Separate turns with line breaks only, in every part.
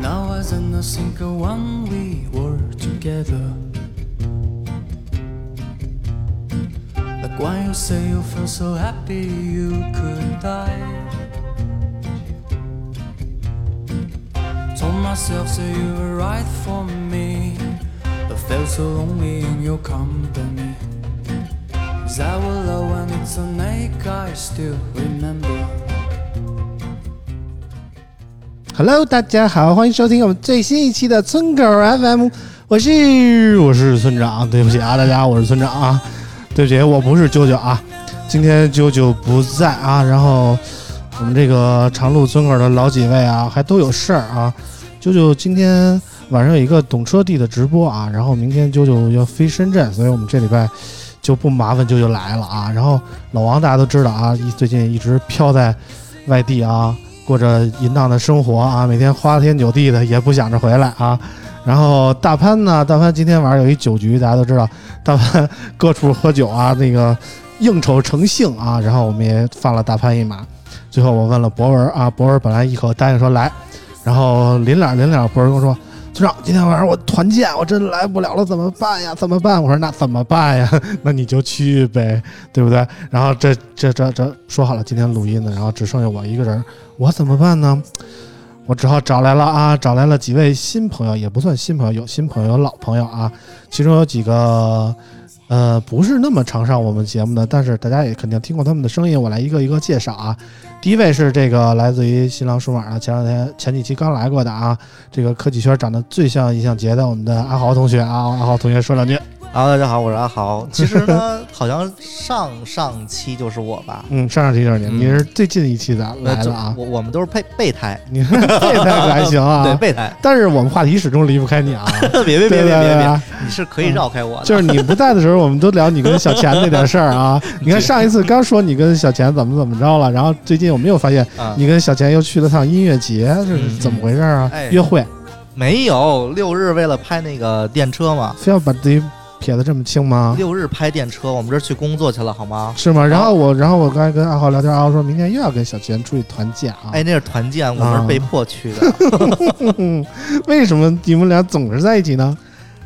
Now as in a single one we were together Like why you say you feel so happy you could die Told myself so you were right for me But felt so lonely in your company As I will low when it's an ache I still remember
Hello，大家好，欢迎收听我们最新一期的村口 FM，我是我是村长，对不起啊，大家，我是村长啊，对不起，我不是啾啾啊，今天啾啾不在啊，然后我们这个长路村口的老几位啊，还都有事儿啊，啾啾今天晚上有一个懂车帝的直播啊，然后明天啾啾要飞深圳，所以我们这礼拜就不麻烦啾啾来了啊，然后老王大家都知道啊，一最近一直飘在外地啊，过着淫荡的生活啊，每天花天酒地的，也不想着回来啊。然后大潘呢，大潘今天晚上有一酒局，大家都知道，大潘各处喝酒啊，那个应酬成性啊。然后我们也放了大潘一马。最后我问了博文啊，博文本来一口答应说来，然后临了临了，博文跟我说。村长，今天晚上我团建，我真来不了了，怎么办呀？怎么办？我说那怎么办呀？ 那你就去呗，对不对？然后这这这这说好了今天录音的，然后只剩下我一个人，我怎么办呢？我只好找来了啊，找来了几位新朋友，也不算新朋友，有新朋友，有老朋友啊。其中有几个，呃，不是那么常上我们节目的，但是大家也肯定听过他们的声音。我来一个一个介绍啊。第一位是这个来自于新浪数码的，啊前两天前几期刚来过的啊，这个科技圈长得最像尹相杰的我们的阿豪同学啊，阿豪同学说两句。
啊，大家好，我是阿豪。其实 呢，好像上上期就是我吧？
嗯，上上期就是你，
嗯
你是最近一期的来
就
了啊。
我我们都是备备胎，
你 这太可还行啊？
对备胎。
但是我们话题始终离不开你啊，
别
对
别别别
不对
别别
啊，
你是可以绕开我的。
就是你不在的时候，我们都聊你跟小钱那点事儿啊。你看上一次刚说你跟小钱怎么怎么着了，然后最近我们又发现
啊，
你跟小钱又去了趟音乐节，这是怎么回事啊？
哎
约会
没有六日为了拍那个电车嘛，
非要把自己撇得这么轻吗？
六日拍电车，我们这儿去工作去了，好吗？
是吗？然后我，然后我刚才跟阿豪聊天，阿豪说明天又要跟小钱出去团建啊。
哎，那是团建，我们
啊
是被迫去 的，
为什么你们俩总是在一起呢？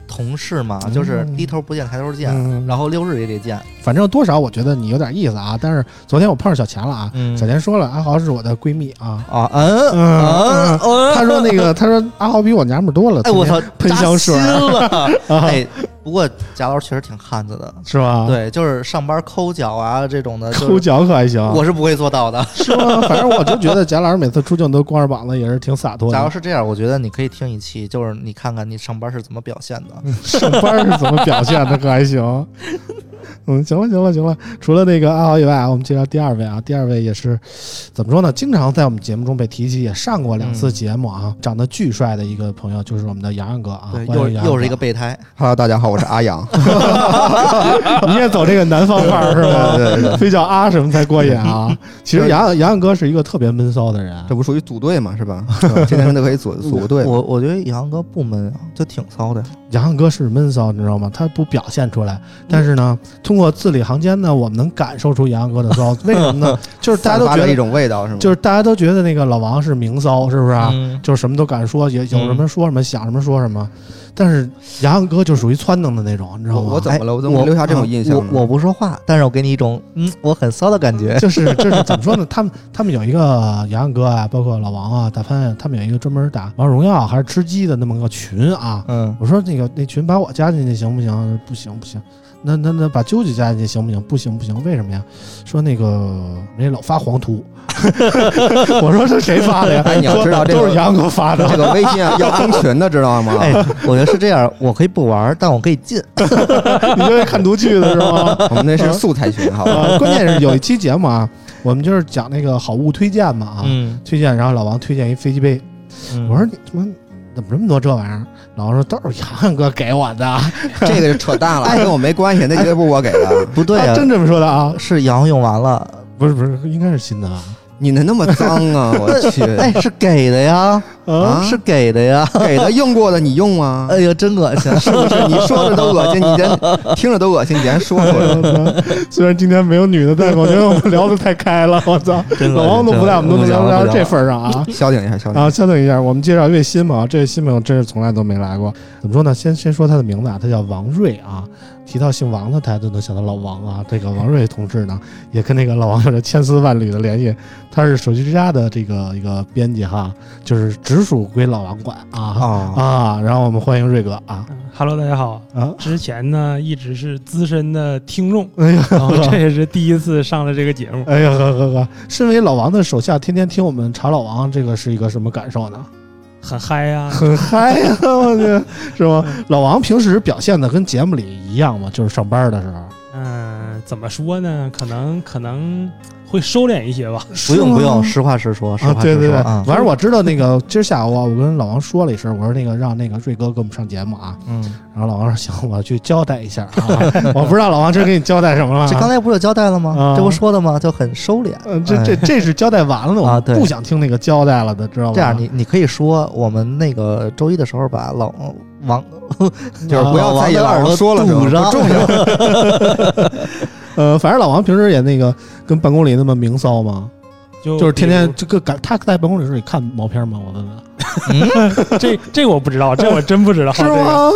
同事嘛，就是
嗯
低头不见抬头见，
嗯，
然后六日也得见。
反正多少我觉得你有点意思啊。但是昨天我碰上小钱了啊，
嗯
小钱说了，阿豪是我的闺蜜啊。
啊，嗯
嗯
嗯嗯，
他说那个，他说阿豪比我娘们儿多了。
哎，我操，
喷
扎
香水
心了。
啊
哎，不过贾老师确实挺汉子的，
是吧？，
对，就是上班抠脚啊这种的，就是
抠脚可还行。
我是不会做到 的。
是吗？反正我就觉得贾老师每次出镜都光着膀子，也是挺洒脱
假如
的。
是这样，我觉得你可以听一期，就是你看看你上班是怎么表现的。
上班是怎么表现的，可还行。嗯，行了，行了，行了。除了那个阿豪以外啊，我们介绍第二位啊，第二位也是怎么说呢？经常在我们节目中被提起，也上过两
嗯
次节目啊。长得巨帅的一个朋友，就是我们的洋洋哥啊。
对，
欢迎
又
洋洋
又是一
哥
个备胎，
Hello，大家好，我是阿阳。
你也走这个南方范儿是 吧？
对对
非叫啊什么才过瘾啊？其实洋洋洋哥是一个特别闷骚的人，啊
这不属于组队嘛，是吧？ 是吧今天都可以组组个队。
我我觉得杨哥不闷啊，就挺骚的。
洋洋哥是闷骚，你知道吗？他不表现出来，但是呢，通过字里行间呢，我们能感受出洋洋哥的骚。为什么 呢？就是大家
散
都
发
觉
着一
得，
种味道，是吗？
就是大家都觉得那个老王是明骚，是不是啊？
嗯
就是什么都敢说，也有什么说什么，想什么说什么。但是洋洋哥就属于撺掇的那种，你知道
我
吗？
我怎
哎
么了？我怎么留下这种印象呢？
我我不说话，但是我给你一种嗯，我很骚的感觉。
就是就是怎么说呢？他们他们有一个洋洋哥啊，包括老王啊、大潘啊，他们有一个专门打王者荣耀啊还是吃鸡的那么个群啊。
嗯，
我说那个那群把我加进去行不行？不行不行。那那那把啾啾加进去行不行？不行不行。为什么呀？说那个人家老发黄图， 我说这谁发的呀？
哎你要
说
知道这个
都是杨哥发 的。
这个微信啊要封群的，知道吗？
哎，我觉得是这样，我可以不玩，但我可以进。啊
你就是看图剧的是吗？
我们那是素材群，好吧？
啊，关键是有一期节目啊，我们就是讲那个好物推荐嘛啊，
嗯，
推荐，然后老王推荐一飞机杯，
嗯
我说你他妈怎么这么多这玩意儿？老王说都是洋洋哥给我的，
这个就扯淡了，跟我没关系，那绝对不是我给的。
不对
他
啊，
真这么说的啊？
是羊用完了，
不是不是，应该是新的啊吧？
你那那么脏啊！我去，
哎，是给的呀，
啊，
是给的呀。
给的用过的你用吗？
哎呦，真恶 心！
是不是？你说着都恶心，你先听着都恶心，你还说 出来？
虽然今天没有女的，但是我觉得我们聊的太开了，我操！
真恶
老
心
王都不在，我们都能聊
不聊
到
了
这份儿上啊。
消停一下，消
然
停。
后稍等一下，我们介绍一位新朋友，这位新朋友真是从来都没来过。怎么说呢？先先说他的名字啊，他叫王瑞啊。提到姓王的，大家都能想到老王啊。这个王瑞同志呢，也跟那个老王有着千丝万缕的联系。他是手机之家的这个一个编辑哈，就是直属归老王管啊、
哦，
啊。然后我们欢迎瑞哥啊
Hello，大家好。
啊！，
之前呢一直是资深的听众
哎呀，
然后这也是第一次上了这个节目。
哎呀，呵呵呵，身为老王的手下，天天听我们查老王，这个是一个什么感受呢？
很
哎
嗨呀、
很嗨呀、我去，是吗？老王平时表现的跟节目里一样吗？就是上班的时候，
嗯、怎么说呢？可能可能会收敛一些吧。
不用不用，实话实说，实
啊，
话
对
实
对
说
对，
啊。
完事儿我知道那个今儿下午啊，我跟老王说了一声，我说那个让那个瑞哥给我们上节目啊，
嗯，
然后老王说行，我去交代一下啊， 我不知道老王这给你交代什么了，
这刚才不是有交代了吗
啊？
这不说的吗？就很收敛。
嗯，这这
哎
这是交代完了，
啊
我
对
不想听那个交代了的，知道吗？
这样，你你可以说我们那个周一的时候把老王
就是不要在意
老
老
王的耳朵
师说了什么，
堵
不
上
重要。
呃，反正老王平时也那个跟办公里那么明骚吗？
就
就是天
比
天这个感，他在办公里的时候也看毛片吗？我问问。
如这这个我不知道，这我真不知道。
是吗？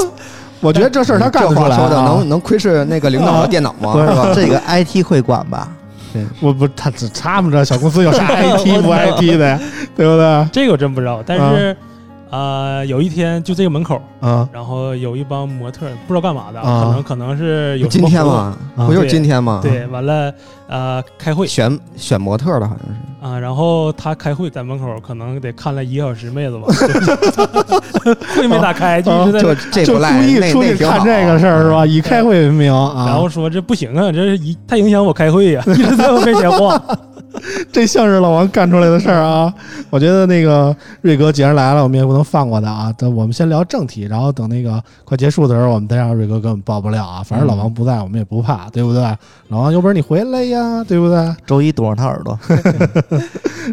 我觉得这事儿他干
这
得出
话
来、啊。
说的能能窥视那个领导的电脑 吗？是吧？
这个 IT 会管吧？
我不他只他们这小公司有啥 IT 不 IT 的，呀？对不对？
这个我真不知道。但是呃，有一天就这个门口，
啊
然后有一帮模特儿，不知道干嘛的，
啊
可能可能是有什
今
么
天
活动。啊
嘛，不就是今天吗？
对，完了，呃，开会
选选模特的好像是，
啊、然后他开会在门口，可能得看了一个小时 妹子吧，会没打
哦
开，就一直在那
就这
就
不
故
赖，
意
那
出
那
去
挺好
看这个事儿是吧？以开会为名啊，
然后说这不行啊，这是一太影响我 开会呀、一直在我面前晃。
这像是老王干出来的事儿啊！我觉得那个瑞哥既然来了，我们也不能放过他啊。等我们先聊正题，然后等那个快结束的时候，我们再让瑞哥给我们爆爆料啊。反正老王不在，我们也不怕，对不对？老王有本事你回来呀，对不对？
周一堵上他耳朵。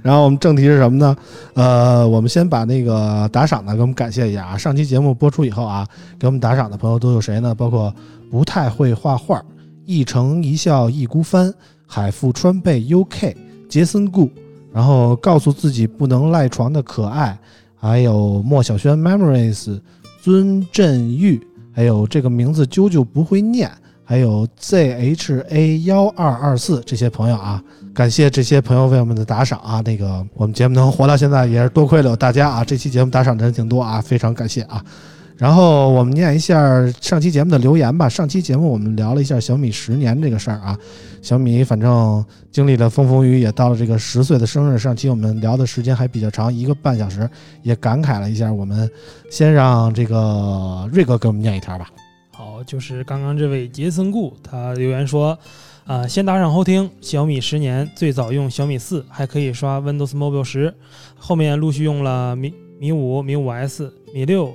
然后我们正题是什么呢？呃，我们先把那个打赏的给我们感谢一下啊。上期节目播出以后啊，给我们打赏的朋友都有谁呢？包括不太会画画、一城一笑一孤帆、海富川贝 UK、杰森顾，然后告诉自己不能赖床的可爱，还有莫小轩 Memories、尊振玉，还有这个名字啾啾不会念。还有 ZHA 幺二二四这些朋友啊，感谢这些朋友为我们的打赏啊！那个我们节目能活到现在也是多亏了有大家啊！这期节目打赏的人挺多啊，非常感谢啊！然后我们念一下上期节目的留言吧。上期节目我们聊了一下小米十年这个事儿啊，小米啊反正经历了风风雨雨，也到了这个十岁的生日。上期我们聊的时间还比较长，一个半小时，也感慨了一下。我们先让这个瑞哥给我们念一条吧。
好，就是刚刚这位杰森顾，他留言说，啊、先打赏后听，小米十年最早用小米四，还可以刷 Windows Mobile 十，后面陆续用了米米五、米五 S、米六。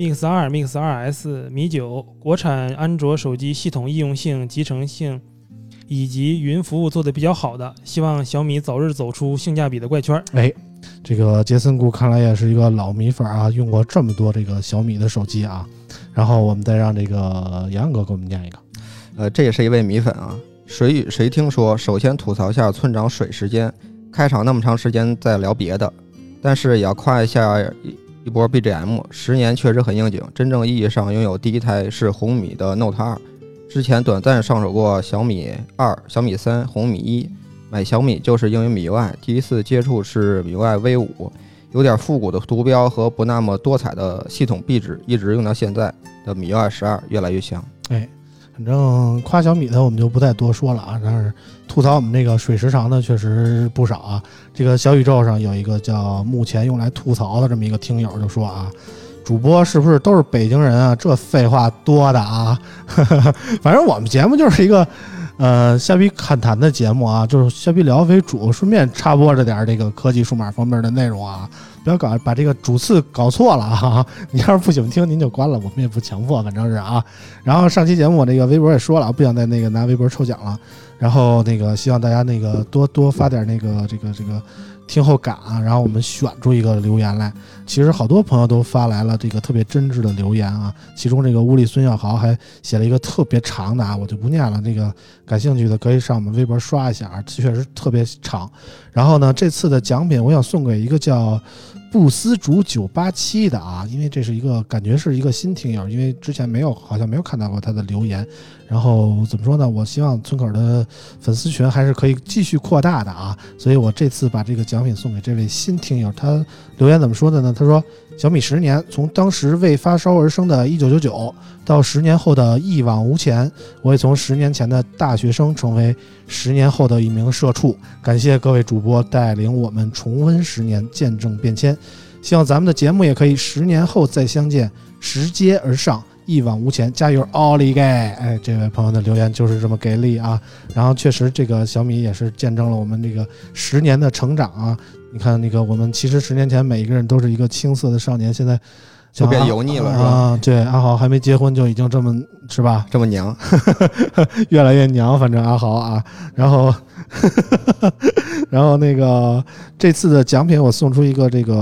Mix 二、Mix 二 S、米九，国产安卓手机系统易用性、集成性以及云服务做得比较好的，希望小米早日走出性价比的怪圈儿。
哎，这个杰森顾看来也是一个老米粉儿啊，用过这么多这个小米的手机啊。然后我们再让这个杨洋哥给我们念一个。
呃，这也是一位米粉啊。谁与谁听说？首先吐槽下村长水时间，开场那么长时间在聊别的，但是也要夸一下一波 BGM，十年确实很应景。真正意义上拥有第一台是红米的 Note 二，之前短暂上手过小米二、小米三、红米一。买小米就是因为米 UI，第一次接触是米 UI V 五，有点复古的图标和不那么多彩的系统壁纸，一直用到现在的米 UI 十二，越来越香。
反正夸小米的我们就不再多说了啊，但是吐槽我们这个水时长的确实不少啊。这个小宇宙上有一个叫“目前用来吐槽”的这么一个听友就说啊，主播是不是都是北京人啊？这废话多的啊！ 反正我们节目就是一个呃瞎逼侃谈的节目啊，就是瞎逼聊为主，顺便插播着点儿这个科技数码方面的内容啊。不要搞把这个主次搞错了啊！ 你要是不喜欢听，您就关了，我们也不强迫，反正是啊。然后上期节目我那个微博也说了，不想再那个拿微博抽奖了。然后那个希望大家那个多多发点那个这个这个听后感啊，然后我们选出一个留言来。其实好多朋友都发来了这个特别真挚的留言啊，其中这个屋里孙小豪还写了一个特别长的啊，我就不念了。那个感兴趣的可以上我们微博刷一下啊，确实特别长。然后呢，这次的奖品我想送给一个叫。布斯竹九八七的啊，因为这是一个感觉是一个新听友，因为之前没有好像没有看到过他的留言。然后怎么说呢？我希望村口的粉丝群还是可以继续扩大的啊，所以我这次把这个奖品送给这位新听友。他留言怎么说的呢？他说：“小米十年，从当时为发烧而生的1999，到十年后的一往无前，我也从十年前的大学生成为十年后的一名社畜。感谢各位主播带领我们重温十年，见证变迁。希望咱们的节目也可以十年后再相见，拾阶而上，一往无前，加油，奥利给！哎，这位朋友的留言就是这么给力啊。然后确实，这个小米也是见证了我们这个十年的成长啊。你看，那个我们其实十年前每一个人都是一个青涩的少年，现在
就变
像阿
油腻了是吧
啊，对，阿豪还没结婚就已经这么是吧？
这么娘，
越来越娘，反正阿豪啊，然后， 然后那个这次的奖品我送出一个这个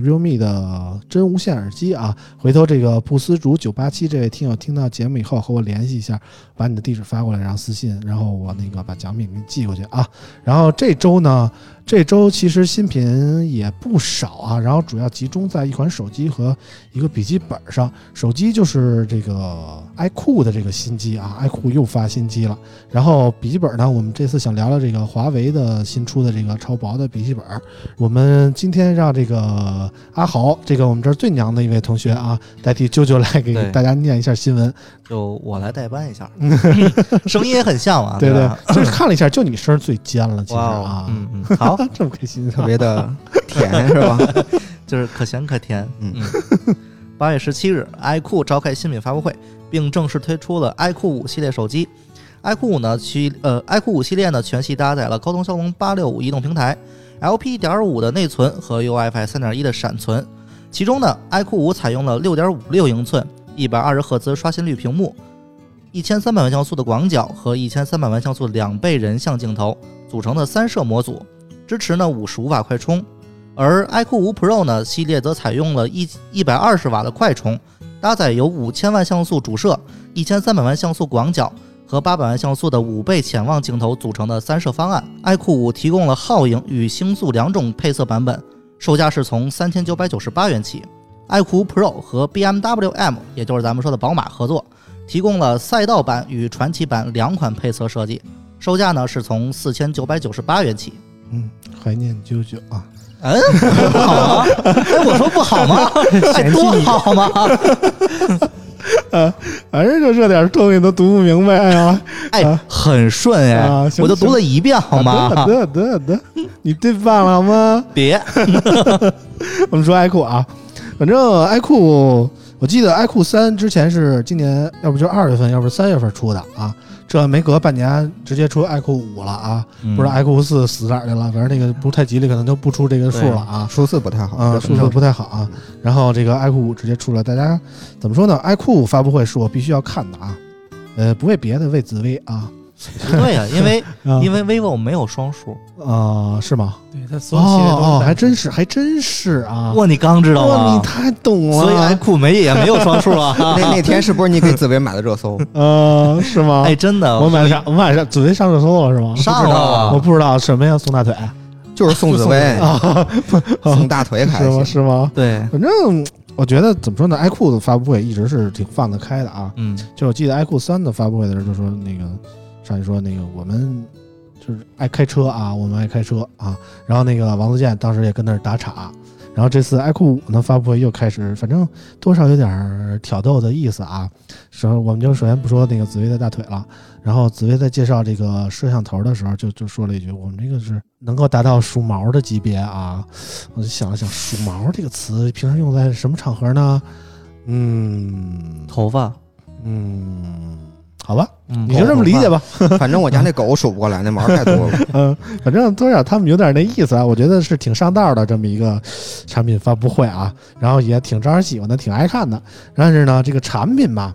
realme 的真无线耳机啊，回头这个布斯竹九八七这位听友听到节目以后和我联系一下，把你的地址发过来，然后私信，然后我那个把奖品给你寄过去啊。然后这周呢，这周其实新品也不少啊，然后主要集中在一款手机和一个笔记本上。手机就是这个 iQOO 的这个新机啊，iQOO 又发新机了。然后笔记本呢，我们这次想聊聊这个华为的新出的这个超薄的笔记本。我们今天让这个阿豪，这个我们这儿最娘的一位同学啊，代替啾啾来给
对
大家念一下新闻。
就我来代班一下，声音也很像嘛，
对
吧？
对，就是看了一下，就你声儿最尖了，其实
啊哇
啊
哦，，嗯嗯，好，
这么开心
特别的甜是吧？
就是可咸可甜。
嗯，
八月十七日，iQOO 召开新品发布会，并正式推出了 iQOO 五系列手机。iQOO 五呢，其呃 iQOO 五系列呢，全系搭载了高通骁龙八六五移动平台，LP.5 的内存和 UEFI 三点一的闪存。其中呢，iQOO 五采用了六点五六英寸、一百二十赫兹刷新率屏幕、一千三百万像素的广角和一千三百万像素两倍人像镜头组成的三摄模组，支持呢五十五瓦快充。而 iQOO 五 Pro 呢系列则采用了一一百二十瓦的快充，搭载有五千万像素主摄、一千三百万像素广角和八百万像素的五倍潜望镜头组成的三摄方案。iQOO 五提供了皓影与星宿两种配色版本，售价是从三千九百九十八元起。iQOO 五 Pro 和 BMW M，也就是咱们说的宝马合作，提供了赛道版与传奇版两款配色设计，售价呢是从四千九百九十八元起。
嗯，怀念啾啾啊。
嗯，不好吗？哎，我说不 好吗？哎，多好吗？
啊反正就这点东西都读不明白啊！
哎，很顺哎
啊，行
我就读了一遍好吗？
啊得得得，你对半了好吗？
别，
我们说 iQOO 啊，反正 iQOO，我记得 iQOO 三之前是今年，要不就是二月份，要不是三月份出的啊。这没隔半年，直接出 iQOO 五了啊！
嗯
不知道 iQOO 四死哪儿去了，反正那个不太吉利，可能就不出这个数了啊。
数字不太好，
啊，数
这很
字
正常
不太好啊。然后这个 iQOO 五直接出了，大家怎么说呢？iQOO 发布会是我必须要看的啊，呃，不为别的，为紫薇啊。
不嗯对呀，因为
啊
因为 vivo 没有双数。
啊、是吗？
对它所有系列都是
哦哦，
带
还真是，还真是啊！
哇，你刚知道
哇
吗
你？太懂了，
所以 iQOO 没也没有双数 啊。
那那天是不是你给紫薇买的热搜？
呃，是吗？
哎，真的，
啊我买了啥？我买了啥？准备上热搜了是吗？
上了
我不知道什么呀，宋大腿
就是宋子薇
啊，
送大腿开
是吗？
心。
是吗？
对，
反正我觉得怎么说呢，爱酷的发布会一直是挺放得开的啊。
嗯，
就我记得 iQOO 三的发布会的时候，就说那个上去说那个我们就是爱开车啊，我们爱开车啊。然后那个王自健当时也跟那儿打岔。然后这次 iQOO 五呢发布会又开始，反正多少有点儿挑逗的意思啊。首我们就首先不说那个紫薇的大腿了，然后紫薇在介绍这个摄像头的时候就，就说了一句：“我们这个是能够达到数毛的级别啊。”我就想了想，数毛这个词平时用在什么场合呢？嗯，
头发，
嗯，好吧，
嗯，
你就这么理解 吧。
反正我家那狗数不过来，那毛太多 了。
嗯，反正多少他们有点那意思啊，我觉得是挺上道的这么一个产品发布会啊，然后也挺招人喜欢的，挺爱看的。但是呢，这个产品吧，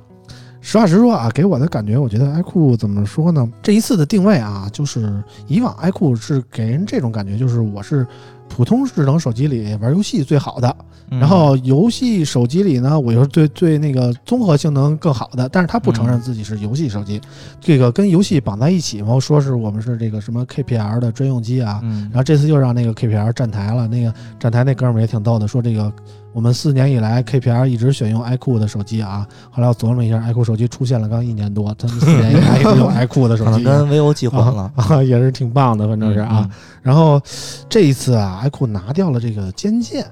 实话实说啊，给我的感觉，我觉得 iQOO 怎么说呢？这一次的定位啊，就是以往 iQOO 是给人这种感觉，就是我是普通智能手机里玩游戏最好的，
嗯
然后游戏手机里呢，我又是对对那个综合性能更好的，但是它不承认自己是游戏手
嗯
机，这个跟游戏绑在一起嘛，说是我们是这个什么 KPL 的专用机啊，
嗯
然，后这次又让那个 KPL 站台了，那个站台那哥们儿也挺逗的，说这个我们四年以来 KPL 一直选用 iQOO 的手机啊，后来我琢磨一下，iQOO 手机出现了刚一年多，他们四年以来一 直用 iQOO 的手
可能
机，
跟 vivo 计混了，
啊，也是挺棒的，反正是啊。
嗯，
然后这一次啊，iQOO 拿掉了这个肩键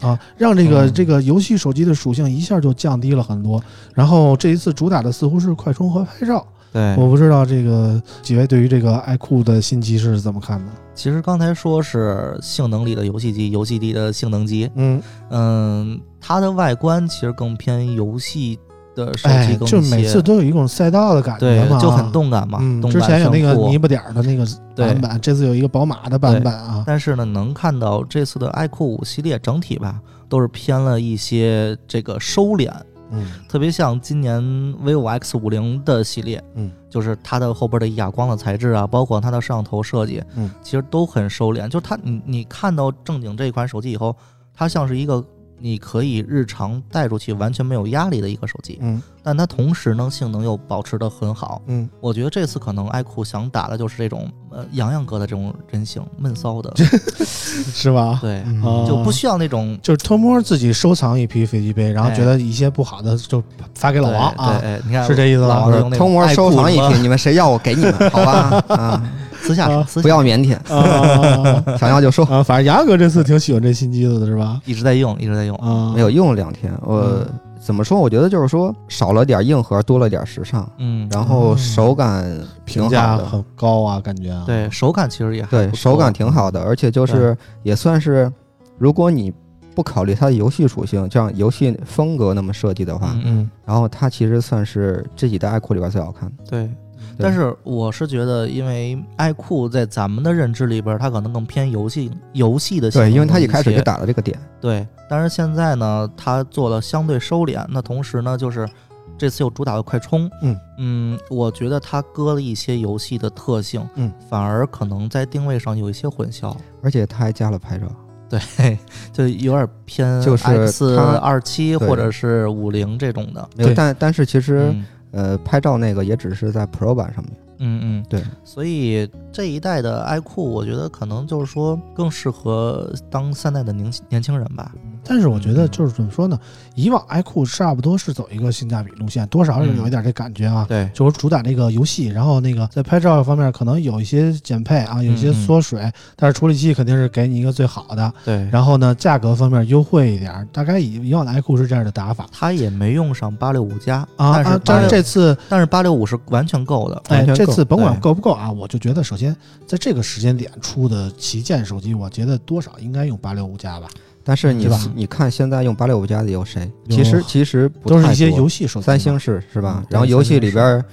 啊，让这个、
嗯
这个游戏手机的属性一下就降低了很多。然后这一次主打的似乎是快充和拍照，
对，
我不知道这个几位对于这个 iQOO 的新机是怎么看的？
其实刚才说是性能里的游戏机，游戏里的性能机，
嗯，
嗯，它的外观其实更偏游戏的手
哎
机，更
就
一
每
些
次都有一种赛道的感觉
对
嘛，，
就很。动感嘛，
嗯，
动
之
感
前有那个
炫酷
泥巴点儿的那个版本，这次有一个宝马的版本啊。
但是呢，能看到这次的 iQOO 五系列整体吧，都是偏了一些这个收敛，
嗯
特别像今年 vivo X 五零的系列，
嗯，
就是它的后边的哑光的材质啊，包括它的摄像头设计，
嗯，
其实都很收敛。就是它，你你看到正经这款手机以后，它像是一个你可以日常带出去完全没有压力的一个手机，
嗯
但它同时呢性能又保持得很好。
嗯，
我觉得这次可能 iQOO 想打的就是这种呃洋洋哥的这种人性，闷 骚的，
是吧？
对，
嗯
啊
就不需要那种
就是偷摸自己收藏一批飞机杯，然后觉得一些不好的就发给老王啊。
对，对你看
是这意思吧
老王就用那
偷
种
摸收藏一
iQOO
批，你们谁要我给你们，好吧？啊，
私下
啊
说私下
不要腼腆，
啊啊啊
想要就说
啊。啊！反正牙哥这次挺喜欢这新机子的是 吧？
一直在用，一直在用。
啊，
哦没有用了两天，我怎么说？我觉得就是说少了点硬核，多了点时尚，
嗯，
然后手感挺
评价
好的，
很高啊，感觉啊。
对手感其实也还
对
不错
手感挺好的，而且就是也算是，如果你不考虑它的游戏属性，这样游戏风格那么设计的话，
嗯
嗯，
然后它其实算是这几代 iQOO 里边最好看的。
对。但是我是觉得，因为爱酷在咱们的认知里边，它可能更偏游戏游戏的性
对，
能
因为它一
些
开始就打了这个点，
对，但是现在呢，它做了相对收敛。那同时呢，就是这次又主打了快充，
嗯
嗯我觉得它割了一些游戏的特性，
嗯，
反而可能在定位上有一些混淆，
而且它还加了拍照。
对，就有点偏
就是
X
它
二七
对
或者是五零这种的，
没有，
对
但但是其实、
嗯
呃，拍照那个也只是在 Pro 版上面。
嗯嗯，
对。
所以这一代的 iQOO，我觉得可能就是说更适合当三代的年轻年轻人吧。
但是我觉得就是怎么说呢？以往 iQOO 差不多是走一个性价比路线，多少有一点这感觉啊。
对，
就是主打那个游戏，然后那个在拍照方面可能有一些减配啊，有一些缩水，但是处理器肯定是给你一个最好的。
对，
然后呢，价格方面优惠一点，大概以以往的 iQOO 是这样的打法
它也没用上八六五加
啊
但是
啊。但是
865
这次
但是八六五是完全够的。
哎
完，全
这
够
次甭管
对
够不够啊，我就觉得，首先在这个时间点出的旗舰手机，我觉得多少应该用八六五加吧，
但是你
嗯对吧
你看现在用八六五加的有谁？
有
其实其实不
都是
太
一些
多
游戏手机嘛，
三星是是吧
嗯？
然后
对
游戏
三星
里
是
边儿，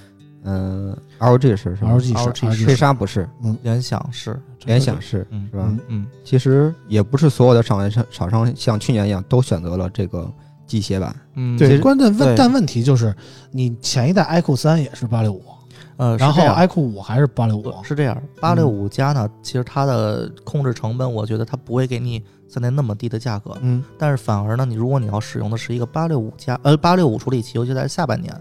嗯，LG 是是吧
LG 是
LG
飞
LG 是
鲨不是，
联想是，
联想是
嗯
是吧？
嗯
嗯，
其实也不是所有的厂商厂商像去年一样都选择了这个机械版，
嗯
对，
其实
关键问
对
但问题就是，你前一代 iQOO 三也是八六五，
呃，
然后
是这样
iQOO 五还是八六五，
是这样，八六五加呢，其实它的控制成本，我觉得它不会给你现在那么低的价格，
嗯，
但是反而呢，你如果你要使用的是一个八六五加呃八六五处理器，尤其在下半年，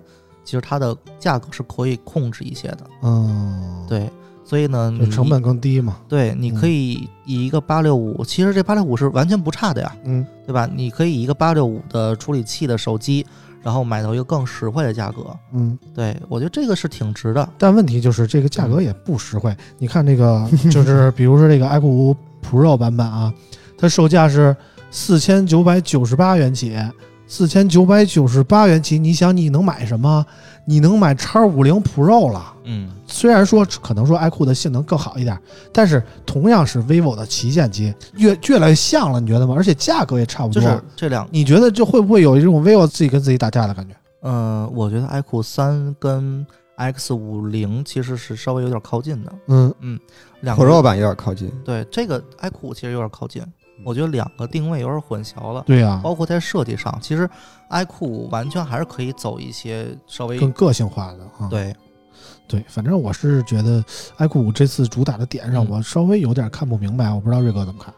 其实它的价格是可以控制一些的。
嗯，
对，所以呢，
就
你
成本更低嘛。
对，你可以以一个八六五，其实这八六五是完全不差的呀，
嗯，
对吧？你可以以一个八六五的处理器的手机，然后买到一个更实惠的价格。
嗯，
对我觉得这个是挺值的。
但问题就是这个价
嗯
格也不实惠。你看这个， 就是比如说这个 iQOO 五 Pro 版本啊，它售价是四千九百九十八元起，四千九百九十八元起，你想你能买什么？你能买 X 五零 Pro 了。
嗯，
虽然说可能说 iQOO 的性能更好一点，但是同样是 vivo 的旗舰机，越越来越像了，你觉得吗？而且价格也差不
就
多。
是这两，
你觉得这会不会有一种 vivo 自己跟自己打架的感觉？
嗯、我觉得 iQOO 三跟 X 五零其实是稍微有点靠近的，
嗯，
两个
Pro 版有点靠近，
对这个 iQOO 五其实有点靠近，我觉得两个定位有点混淆了。
对啊呀、
包括在设计上，其实 iQOO 五完全还是可以走一些稍微嗯
更个性化的啊。
对，
对，反正我是觉得 iQOO 五这次主打的点让
嗯
我稍微有点看不明白，我不知道瑞哥怎么看。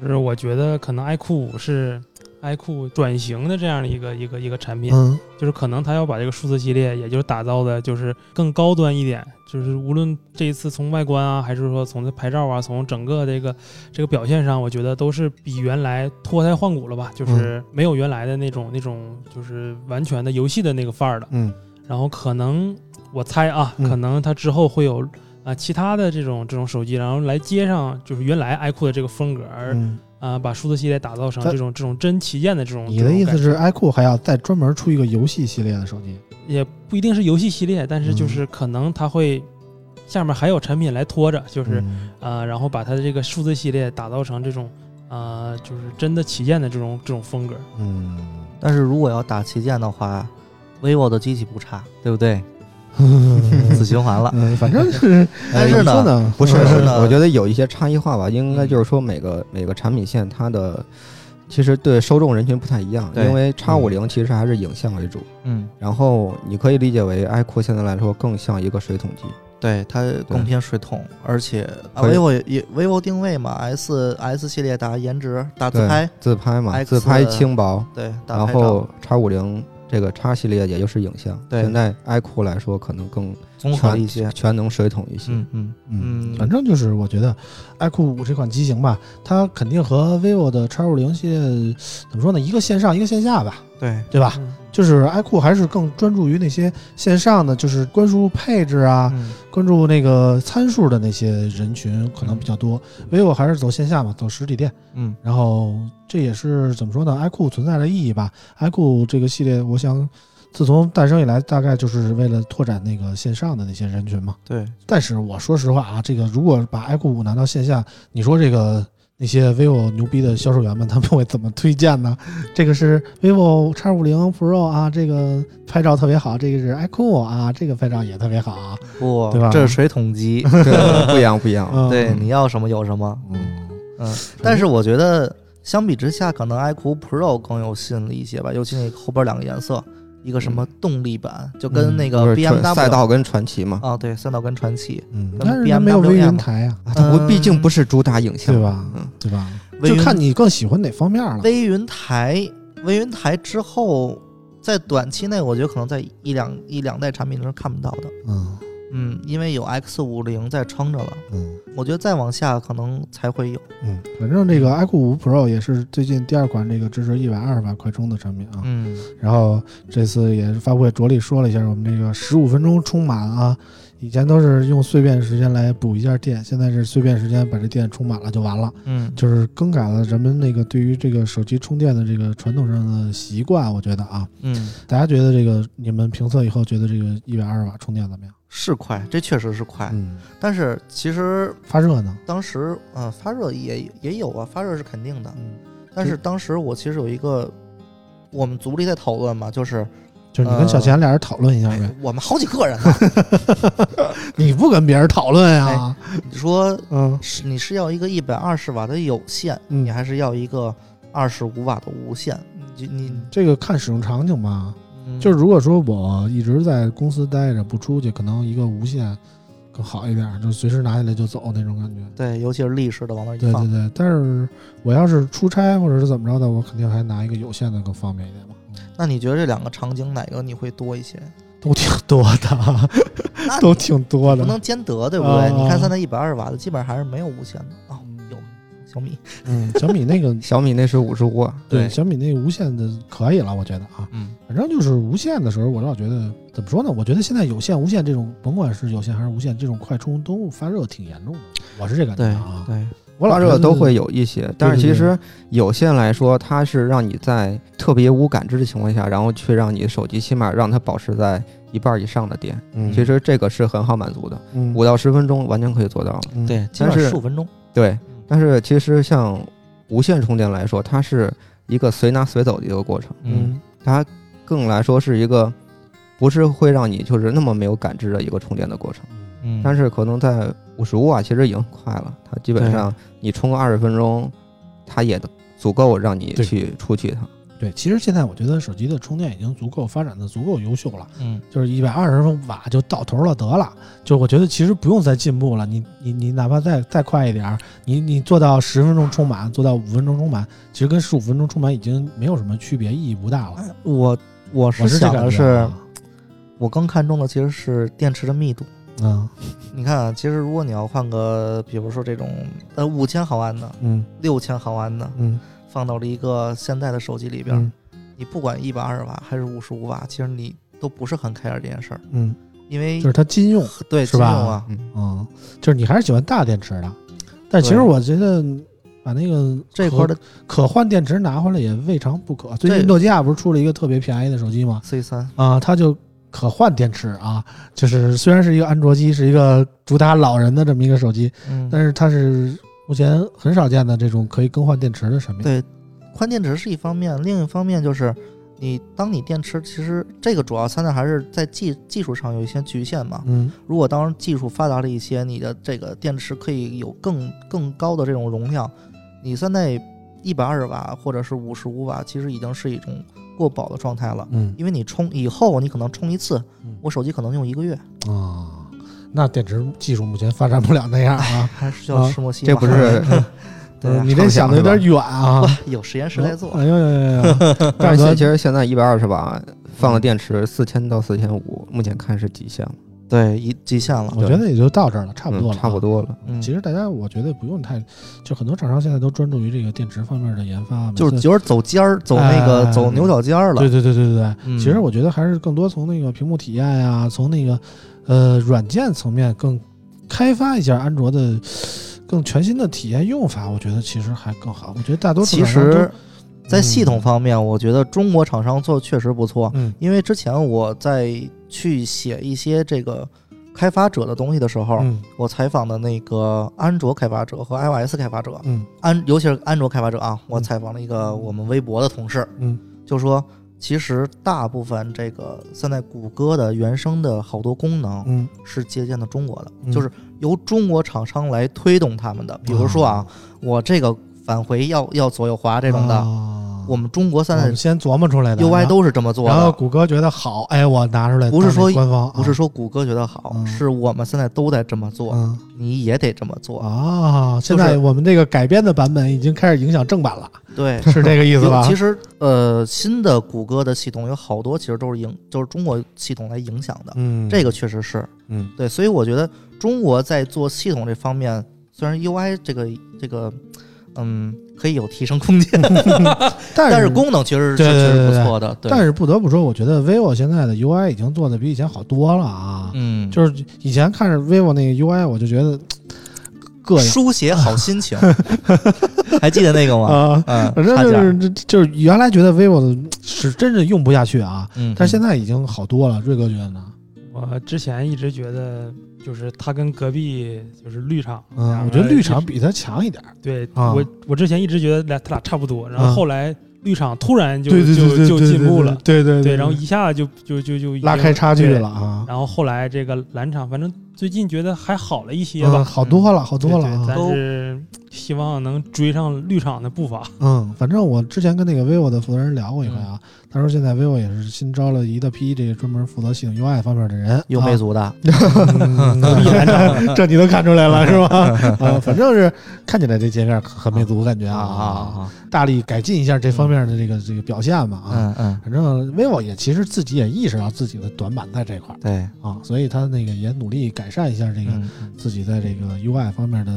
就是我觉得可能 iQOO 五是 iQOO 转型的这样的一个一个一个产品，
嗯
就是可能它要把这个数字系列，也就是打造的，就是更高端一点，就是无论这一次从外观啊，还是说从它拍照啊，从整个这个这个表现上，我觉得都是比原来脱胎换骨了吧，就是没有原来的那种那种就是完全的游戏的那个范儿了。
嗯，
然后可能我猜啊，
嗯
可能它之后会有啊、其他的这种这种手机，然后来接上就是原来 iQOO 的这个风格，而
嗯
啊、把数字系列打造成
它
这种这种真旗舰的这种。
你的
这种
意
感
思
觉
是 iQOO 还要再专门出一个游戏系列的手机？
也不一定是游戏系列，但是
嗯
就是可能它会下面还有产品来拖着，就是
嗯，
啊，然后把它的这个数字系列打造成这种啊，就是真的旗舰的这种这种风格。
嗯，
但是如果要打旗舰的话，vivo 的机器不差，对不对？死循环了。
嗯，反正是，
但是
怎么说
呢，
呢，
不是，
但是呢
嗯
嗯
我觉得有一些差异化吧，应该就是说每个每个产品线它的其实对受众人群不太一样，
对
因为 X 五零其实还是影像为主，
嗯，
然后你可以理解为 iQOO 现在来说更像一个水桶机，
对，它更
对
偏水桶，而且、啊、
可以
vivo 也也 vivo 定位嘛，S S 系列打颜值、打自
对
拍，
自拍嘛，
X-
自拍轻薄，
对，打
然
拍照，
后 X 五零这个 X 系列也就是影像，
对
现在 iQOO 来说可能更
综合
全
一些。
全能水桶一些，
嗯嗯
嗯
嗯，
反正就是我觉得 iQOO 五这款机型吧，它肯定和 vivo 的 X 五零系列怎么说呢？一个线上，一个线下吧，
对
对吧？
嗯
就是 iQOO 还是更专注于那些线上的，就是关注配置啊，
嗯
关注那个参数的那些人群可能比较多。vivo 还是走线下嘛，走实体店。
嗯，
然后这也是怎么说呢？iQOO 存在的意义吧。iQOO 这个系列，我想自从诞生以来，大概就是为了拓展那个线上的那些人群嘛。
对，
但是我说实话啊，这个如果把 iQOO 五拿到线下，你说这个那些 vivo 牛逼的销售员们，他们会怎么推荐呢？这个是 vivo X 五零 Pro 啊，这个拍照特别好，这个是 iQOO 啊，这个拍照也特别好啊。
不
对吧，
这是水桶机，
对，不一样不一样，
嗯、
对，你要什么有什么。
嗯，
嗯，但哦是我觉得相比之下，可能 iQOO Pro 更有吸引力一些吧，尤其那后边两个颜色，一个什么动力版，就跟那
就
个
嗯是传
BMW
赛道跟传奇嘛，
啊，对，赛道跟传奇，
嗯，但
咱们
是它没有
BMW
微
呀
云
嘛
台啊，
啊，它
嗯
不毕竟不是主打影像，
对吧
嗯。
对吧？
微
就
云
看你更喜欢哪方面了。
微云台，微云台之后，在短期内，我觉得可能在一两一两代产品中是看不到的。
嗯
嗯，因为有 X 五零在撑着了，
嗯
我觉得再往下可能才会有。
嗯，反正这个 iQOO 五 Pro 也是最近第二款这个支持一百二十瓦快充的产品啊。
嗯，
然后这次也是发布会着力说了一下，我们这个十五分钟充满啊，以前都是用碎片时间来补一下电，现在是碎片时间把这电充满了就完了，
嗯，
就是更改了人们那个对于这个手机充电的这个传统上的习惯。我觉得啊，
嗯，
大家觉得这个你们评测以后觉得这个一百二十瓦充电怎么样？
是快，这确实是快。
嗯，
但是其实
发热呢？
当时，呃，发热也也有啊，发热是肯定的。
嗯，
但是当时我其实有一个，我们组里在讨论嘛，就是
就是
呃
你跟小钱俩人讨论一下呗。
我们好几个人啊呢、
你不跟别人讨论呀、
你说
嗯
是你是要一个一百二十瓦的有线，
嗯
你还是要一个二十五瓦的无线？你你、
嗯
这个看使用场景吧。
嗯
就是如果说我一直在公司待着不出去，可能一个无线更好一点，就随时拿起来就走那种感觉。
对，尤其是立式的往那儿一
对对
哎放，
对，但是我要是出差或者是怎么着的，我肯定还拿一个有线的更方便一点嘛。嗯
那你觉得这两个场景哪个你会多一些？
都挺多的，
那
都挺多
不
的。
能兼得，对不对？
啊
你看现在一百二十瓦的，基本上还是没有无线的啊、有小米，
嗯，小米那个，
小米那是五十五瓦，
对
对
小米那无线的可以了，我觉得啊，
嗯，
反正就是无线的时候，我老觉得怎么说呢？我觉得现在有线、无线这种，甭管是有线还是无线，这种快充都发热挺严重的，我是这感觉啊。
对，
我老
发
觉得
热都会有一些，但是其实有线来说，它是让你在特别无感知的情况下，然后去让你手机起码让它保持在一半以上的电，
嗯，
其实这个是很好满足的，
嗯
五到十分钟完全可以做到了。
嗯
对，基
但
本
是
十五分钟，
对，但是其实像无线充电来说，它是一个随拿随走的一个过程，
嗯，
它更来说是一个不是会让你就是那么没有感知的一个充电的过程。
嗯
但是可能在五十五瓦其实已经快了，它基本
对
上你充个二十分钟，它也足够让你
对
去出去一趟。
对，其实现在我觉得手机的充电已经足够发展的足够优秀了，
嗯，
就是一百二十瓦就到头了，得了。就我觉得其实不用再进步了，你你你哪怕再再快一点儿，你你做到十分钟充满，做到五分钟充满，其实跟十五分钟充满已经没有什么区别，意义不大了。
我我
我
是
是这
想
感
的
觉
是
啊，，
我更看重的其实是电池的密度。
嗯
你看啊，其实如果你要换个，比如说这种呃五千毫安的、
嗯
六千毫安的，
嗯
放到了一个现在的手机里边，
嗯
你不管一百二十瓦还是五十五瓦，其实你都不是很 care 这件事儿，
嗯，
因为
就是它禁用，
对
是吧
金融啊，
嗯，
嗯，就是你还是喜欢大电池的，但其实
对
我觉得把那个
这
可
块的
可换电池拿回来也未尝不可。最
这
近诺基亚不是出了一个特别便宜的手机吗？
C 三，
啊、它就可换电池啊，就是虽然是一个安卓机，是一个主打老人的这么一个手机，
嗯，
但是它是目前很少见的这种可以更换电池的产品。
对，换电池是一方面，另一方面就是你当你电池其实这个主要参照还是在技技术上有一些局限嘛。
嗯
如果当技术发达了一些，你的这个电池可以有更更高的这种容量，你现在一百二十瓦或者是五十五瓦，其实已经是一种过饱的状态了。
嗯
因为你充以后，你可能充一次
嗯，
我手机可能用一个月，
啊、那电池技术目前发展不了那样啊。
还是
啊
叫石墨烯嘛。
这 不是
对啊
你这想的有点远啊。
有 实验室在做，
哎呦呦呦呦！ 大
但是现
哥
其实现在一百二十瓦放的电池四千到四千五，目前看是极限了，
对，一极限了。
我觉得也就到这儿了，差不多
嗯
了、啊
差不。多了。
嗯，
其实大家我觉得不用太，就很多厂商现在都专注于这个电池方面的研发，每
就是
次
就是走尖儿，走那个、
哎
走牛角尖儿了。
对对对对对对。
嗯
其实我觉得还是更多从那个屏幕体验呀、从那个呃软件层面更开发一下安卓的更全新的体验用法，我觉得其实还更好。我觉得大多数
其
厂商都
实，在系统方面，我觉得中国厂商做的确实不错。
嗯
因为之前我在去写一些这个开发者的东西的时候，
嗯
我采访的那个安卓开发者和 iOS 开发者，
嗯
安尤其是安卓开发者啊，我
嗯
采访了一个我们微博的同事，
嗯，
就说其实大部分这个现在谷歌的原生的好多功能，
嗯
是借鉴的中国的，
嗯
就是由中国厂商来推动他们的。比如说啊，
嗯
我这个返回要要左右滑这种的，
啊
我们中国现
我
在
们先琢磨出来的啊
UI 都是这么做
然后然后
的。
谷歌觉得好，哎，我拿出来
不是
当那
说
官方啊，
不是说谷歌觉得好，
嗯
是我们现在都在这么做，
嗯
你也得这么做。
啊，现
就是
在我们这个改编的版本已经开始影响正版了，
对，
是这个意思吧
有？其实呃，新的谷歌的系统有好多其实都是影，就是中国系统来影响的。
嗯，
这个确实是，
嗯，
对，所以我觉得中国在做系统这方面，虽然 UI 这个这个，嗯，可以有提升空间，
嗯但
但
是
是功能其实是
对
确
对对
实
对对
不错的。对，
但是不得不说，我觉得 vivo 现在的 UI 已经做的比以前好多了啊。
嗯，
就是以前看着 vivo 那个 UI，我就觉得膈应
书写好 心情，还记得那个吗？
啊。
嗯，
反正
差
就
价
是这就是原来觉得 vivo 的是真是用不下去啊，
嗯，
但是现
在
在已经好多了。瑞哥觉得呢？
我之前一直觉得，就是它跟隔壁就是绿厂，
嗯，我觉得绿厂比它强一点儿。
对、
啊
我我之前一直觉得俩他俩差不多，然后
啊
后来绿厂突然就、
对对对对
就
对
就
对
进步了，
对对
对，然后一下就就就就已经
拉开差距
对
了啊。
然后后来这个蓝厂，反正最近觉得还好了一些
嗯，
吧，
好多了，好多了
对对
啊。
但是希望能追上绿厂的步伐。
嗯，反正我之前跟那个 vivo 的负责人聊过一回啊，他说现在 vivo 也是新招了一大批这个专门负责系统 UI 方面的人，
有魅族的，
啊， 这你都看出来了是吧？啊，反正是看起来这界面很魅族感觉啊，
啊，
大力改进一下这方面的这个这个表现嘛啊。
嗯嗯，
反正 vivo 也其实自己也意识到自己的短板在这块儿
对，
啊，所以他那个也努力改善一下这个
嗯
自己在这个 UI 方面的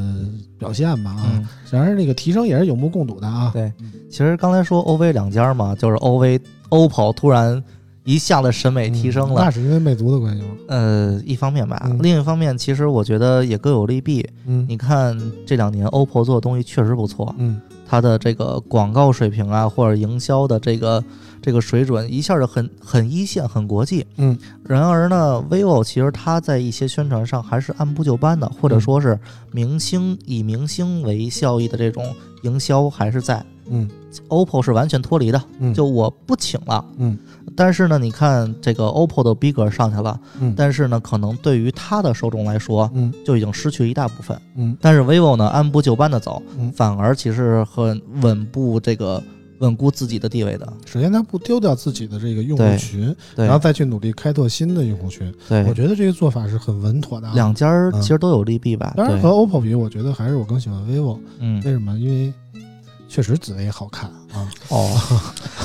表现吧啊。
嗯，
然而那个提升也是有目共睹的啊。
对，其实刚才说 OV 两家嘛，就是 OV、OPPO 突然一下子审美提升
嗯那
了，
是因为魅族的关系吗？
呃，一方面吧，
嗯
另一方面其实我觉得也各有利弊。
嗯
你看这两年 OPPO 做的东西确实不错，
嗯
它的这个广告水平啊，或者营销的这个这个水准，一下就很很一线、很国际。
嗯，
然而呢，vivo 其实它在一些宣传上还是按部就班的，
嗯
或者说是明星以明星为效益的这种营销还是在。
嗯
OPPO 是完全脱离的，
嗯
就我不请了。
嗯，
但是呢，你看这个 OPPO 的逼格上去了，
嗯
但是呢，可能对于它的受众来说，
嗯
就已经失去一大部分。
嗯，
但是 vivo 呢，按部就班的走，
嗯
反而其实很稳步这个稳固自己的地位的。
首先，他不丢掉自己的这个用户
对
群，
对
然后再去努力开拓新的用户群。我
对，
觉得这个做法是很稳妥的啊。
两家儿其实都有利弊吧。
当然和
对，
OPPO 比，我觉得还是我更喜欢 vivo。
嗯
为，什么？因为确实紫薇好看啊。
哦，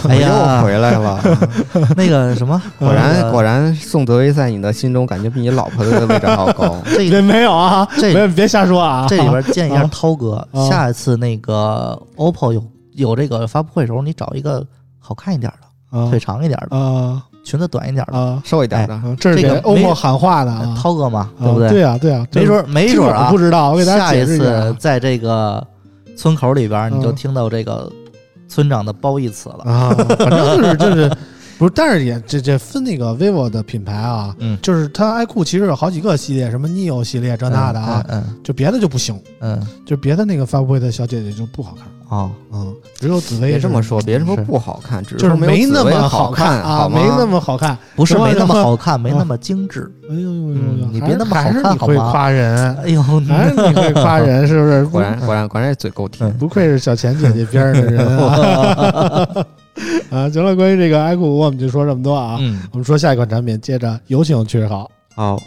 我
哎
又
呀，
回来了，
那个什么，呃
果
那
然
个
果然，宋德威在你的心中感觉比你老婆的位置还要 高。
这
没有啊，
这
有别瞎说啊
这里边建议一
啊
下涛哥，
啊
下一次那个 OPPO 有有这个发布会的时候，你找一个好看一点的，
啊
腿长一点的，
啊
裙子短一点的。
啊
瘦一点的，
啊！这是
这
给
个没
OPPO 喊话的啊，
涛哥嘛，对
啊
不对？
对啊，对啊，这
没准儿没
这
准儿
我
啊
不，知道，我给大家
下一
解释下
次
啊
在这个村口里边，你就
嗯
听到这个村长的褒义词了。
啊，反正就是就是，不是，但是也这这分那个 vivo 的品牌啊，
嗯
就是它 iQOO 其实有好几个系列，什么 neo 系列这那的啊，
哎
嗯
就别的就不行，
嗯
就别的那个发布会的小姐姐就不好看，
嗯哦，
嗯，只有紫薇
别
是
这么说，别这么
是
不好看，只
就是是
说
没
有
那
紫薇
么
好
看啊，
好
没
吗
那么好看，
不是
行吧
没那么
行吧
好看，没
啊
那么精致。
哎呦呦呦呦，
嗯你
还
别
是
那么好
还是
看
你
好
会
吗
夸人，
哎呦，
还是你会夸人，是不是？
果然嗯果然果然嘴够甜。
不愧是小钱姐姐边儿的人啊！ 啊，行了，关于这个 iQOO 我们就说这么多啊。
嗯，
我们说下一款产品，接着有请曲好。
好，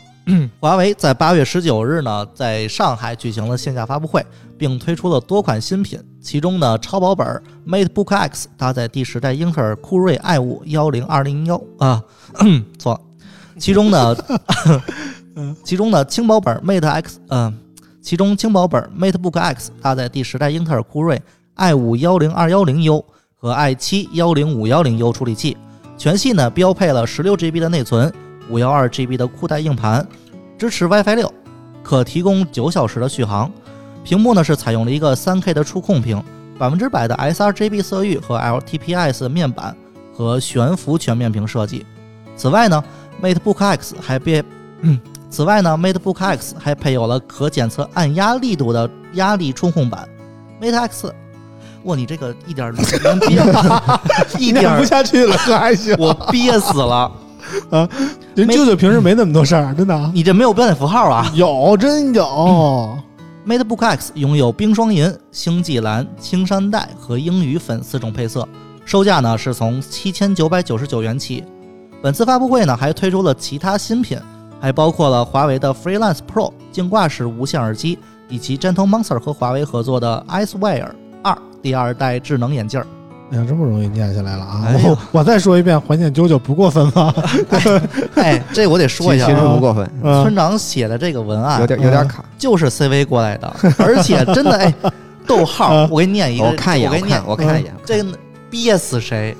华为在八月十九日呢，在上海举行了线下发布会，并推出了多款新品，其中呢，超薄本 MateBook X 搭载第十代英特尔酷睿 i 五幺零二零幺啊， 咳错了，其中呢，嗯其中呢，轻薄本 Mate X 嗯、其中轻薄本 MateBook X 搭载第十代英特尔酷睿 i 五幺零二幺零 U 和 i 七幺零五幺零 U 处理器，全系呢标配了十六 GB 的内存，五幺二 GB 的固态硬盘。支持 WiFi 六，可提供九小时的续航。屏幕呢是采用了一个 3K 的触控屏，百分之百的 sRGB 色域和 LTPS 面板和悬浮全面屏设计。此外呢，MateBook X 还配，此外呢，MateBook X 还配有了可检测按压力度的压力触控板。Mate X，哇，你这个一点儿能憋， 啊 一点
念
儿
不啊下去了，可还 行。
我憋死了。
人
没
舅舅平时没那么多事儿，真的 啊。嗯
你这没有标点符号啊？
有，真有。
MateBook X 拥有冰霜银、星际蓝、青山黛和英语粉四种配色，售价呢是从七千九百九十九元起。本次发布会呢还推出了其他新品，还包括了华为的 Freelance Pro 颈挂式无线耳机，以及 Gentle Monster 和华为合作的 Icewear 二第二代智能眼 镜儿。
哎呀，这么容易念下来了啊！
哎呦
我我再说一遍，怀念舅舅不过分吗？
哎，这我得说一
其
下
其实
啊，嗯
不过分，
啊
村长写的这个文案
有点有点卡。
就是 CV 过来的，而且真的哎，逗 号
嗯，
我给你念一个，
啊我看一眼，
我
我
给你念
看我看一眼。
这个憋死谁？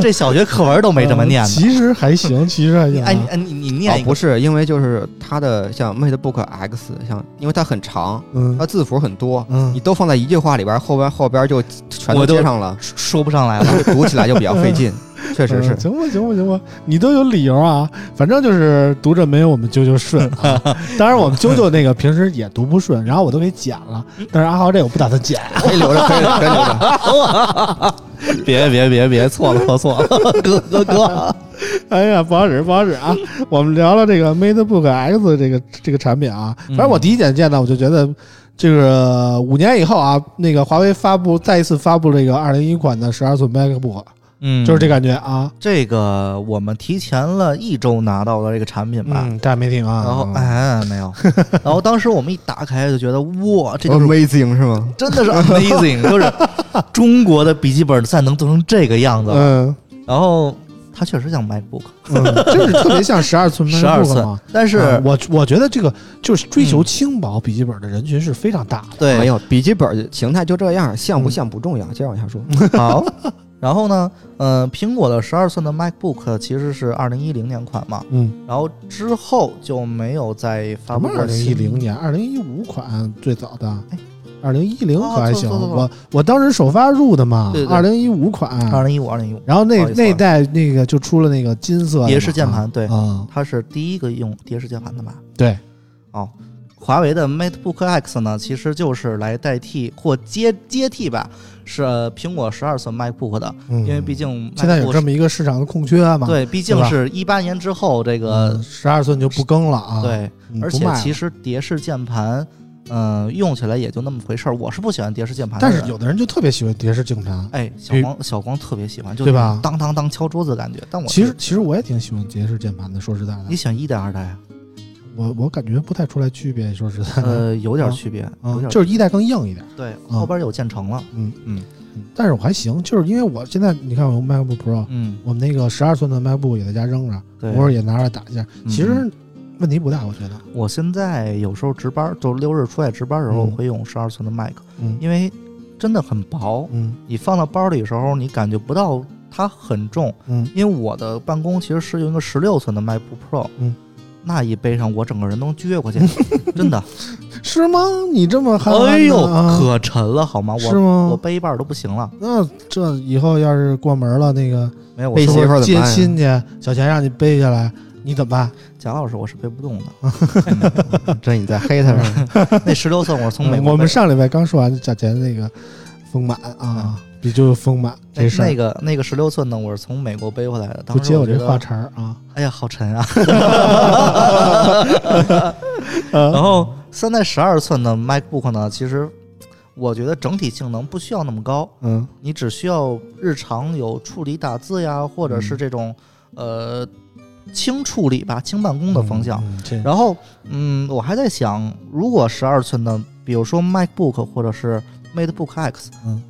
这小学课文都没这么念
嗯
的。
其实还行，其实还行
哎，你
啊。
哎你你
哦
念一，
不
个，
是，因为就是它的像 MateBook X，像因为它很长，它
啊
嗯
字符很多，你
嗯，
都放在一句话里边，后边后边就全都
我都
接上了，
说不上来 了。
就读起来就比较费劲。 确实是
嗯，行吧，行吧，行吧，你都有理由啊。反正就是读着没有我们舅舅顺 啊。当然，我们舅舅那个平时也读不顺，然后我都给剪了。但是阿豪这我不打算剪，
可以留着，可以可以留着。
别别别别，错了错错了， 哥哥哥，
哎呀，不好使，不好使 啊！我们聊了这个 MateBook X 这个这个产品啊，
嗯
反正我第一眼见到我就觉得，这个五年以后啊，那个华为发布再一次发布这个二零一款的十二寸 MacBook，
嗯，
就是这感觉啊。
这个，我们提前了一周拿到了这个产品吧。
嗯，这还没听啊。
然后哎没有，然后当时我们一打开就觉得哇，这就是
Amazing 是吗？
真的是 amazing，就是中国的笔记本再能做成这个样子了。
嗯，
然后它确实像 MacBook
嗯，就是特别像十二寸
十二
MacBook
寸
嘛。，
但是、嗯
嗯我我觉得这个就是追求轻薄笔记本的人群是非常大的。
对
没有，笔记本形态就这样，像不像不重要。接着往下说，
好，然后呢，呃，苹果的十二寸的 MacBook 其实是二零一零年款嘛，
嗯，
然后之后就没有再发
咱
布
们二
过
零
新。
一零年、二零一五款最早的，二零一零
哦
可还行。
错错错
我我当时首发入的嘛
对，对
二零一五款，
二零一五、二零一五
然后
不
那
好意思啊
那代那个就出了那个金色的嘛
蝶式键盘，对，
啊，
它是第一个用蝶式键盘的吧？
对，
哦，华为的 MateBook X 呢，其实就是来代替或接接替吧，是呃苹果十二寸 MacBook 的，
因
因为毕竟
嗯现在有
MacBook
这么一个市场的空缺嘛，
是对，毕竟
对吧
是一八年之后这个
嗯，十二寸就不更了啊，
对，
嗯，
而
不
且
卖了
其实蝶式键盘，嗯、用起来也就那么回事儿。我是不喜欢蝶式键盘的
但
人，
是有的人就特别喜欢蝶式键盘，
哎，小
比
光小光特别喜欢，就
对
是
吧
当当当敲桌子的感觉。但我
其实
是
其实我也挺喜欢蝶式键盘的，说实在的
你，喜欢一代二代啊？
我我感觉不太出来区别，说实在的，
呃，有点
啊
区别，有
嗯，
点
就是一代更硬一点，
对，
嗯
后边有建成了，
嗯
嗯
嗯，但是我还行，就是因为我现在你看我用 MacBook Pro，
嗯，
我们那个十二寸的 MacBook 也在家扔着，
对。
偶尔也拿出来打一下，
嗯
其实问题不大，我觉得，
我现在有时候值班，就六日出来值班的时候，
嗯
我会用十二寸的麦克，
嗯
因为真的很薄，
嗯
你放到包里的时候，你感觉不到它很重。
嗯，
因为我的办公其实是用一个十六寸的 MacBook Pro，
嗯，
那一背上我整个人都撅 过去，真的，
是吗？你这么憨憨的
哎呦，
啊
可沉了好吗？
是
我我
吗？
背一半都不行了，
那这以后要是过门了，那个
没有，我
背
是
媳
不
妇
是
儿怎么
接
办呀
亲去，小钱让你背下来，你怎么办？
贾老师我是背不动的。
这你在黑他是吧？
那十六寸我是从
嗯
美国背的，
我们上礼拜刚说完小钱那个丰满啊，比就丰满
那
这事
嗯哎那
儿，
个那个十六寸呢，我是从美国背回来的。当
不
时
接
我
我这
觉得
话茬儿啊。
哎呀，好沉 啊！
嗯啊
然后现在十二寸的 MacBook 呢，其实我觉得整体性能不需要那么高，
嗯
你只需要日常有处理打字呀，或者
嗯
是这种、呃轻处理吧、轻办公的方向。
嗯这
然后，嗯，我还在想，如果十二寸的，比如说 MacBook 或者是 MateBook X，
嗯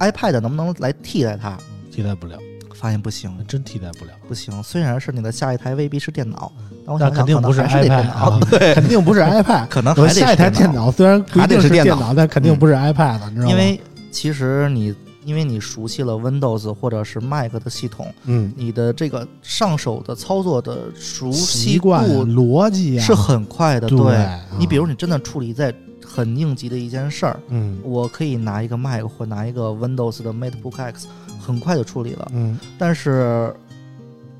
，iPad 能不能来替代它？
替代不了，
发现不行，
真替代不了。
不行。虽然是你的下一台未必是电脑，但我
那
想
肯
想
定
可能
不是
还是得
iPad
电脑
啊，
对，
肯定不是 iPad，
可能 还
我
得是
下一台电
脑，
脑虽然不一定
还得是
电
电
脑，但肯定不是 iPad，你知道吗？
嗯因为其实你因为你熟悉了 Windows 或者是 Mac 的系统，
嗯，
你的这个上手的操作的熟
习
悉
惯啊
度
逻辑啊
是很快的。
对
对，
啊
你比如你真的处理在很应急的一件事儿，
嗯
我可以拿一个 Mac 或拿一个 Windows 的 MateBook X，很快就处理了。
嗯，
但是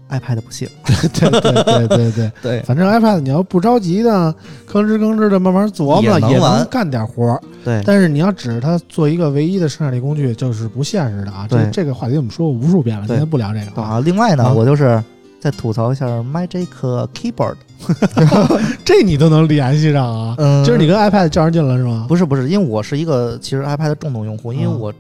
iPad 不行，
对对对对对，
对，
反正 iPad 你要不着急呢，吭哧吭哧的慢慢琢磨，
也
也
能玩
干点活儿。
对，
但是你要指着它做一个唯一的生产力工具，就是不现实的啊。这
对
这个话题我们说过无数遍了，今
对
天不聊这个啊。
啊。另外呢，
啊
我就是再吐槽一下 Magic Keyboard，
这你都能联系上啊？
嗯，
今儿你跟 iPad 较上劲了是吗？
啊不是不是，因为我是一个其实 iPad 的重度用户，因为
嗯
我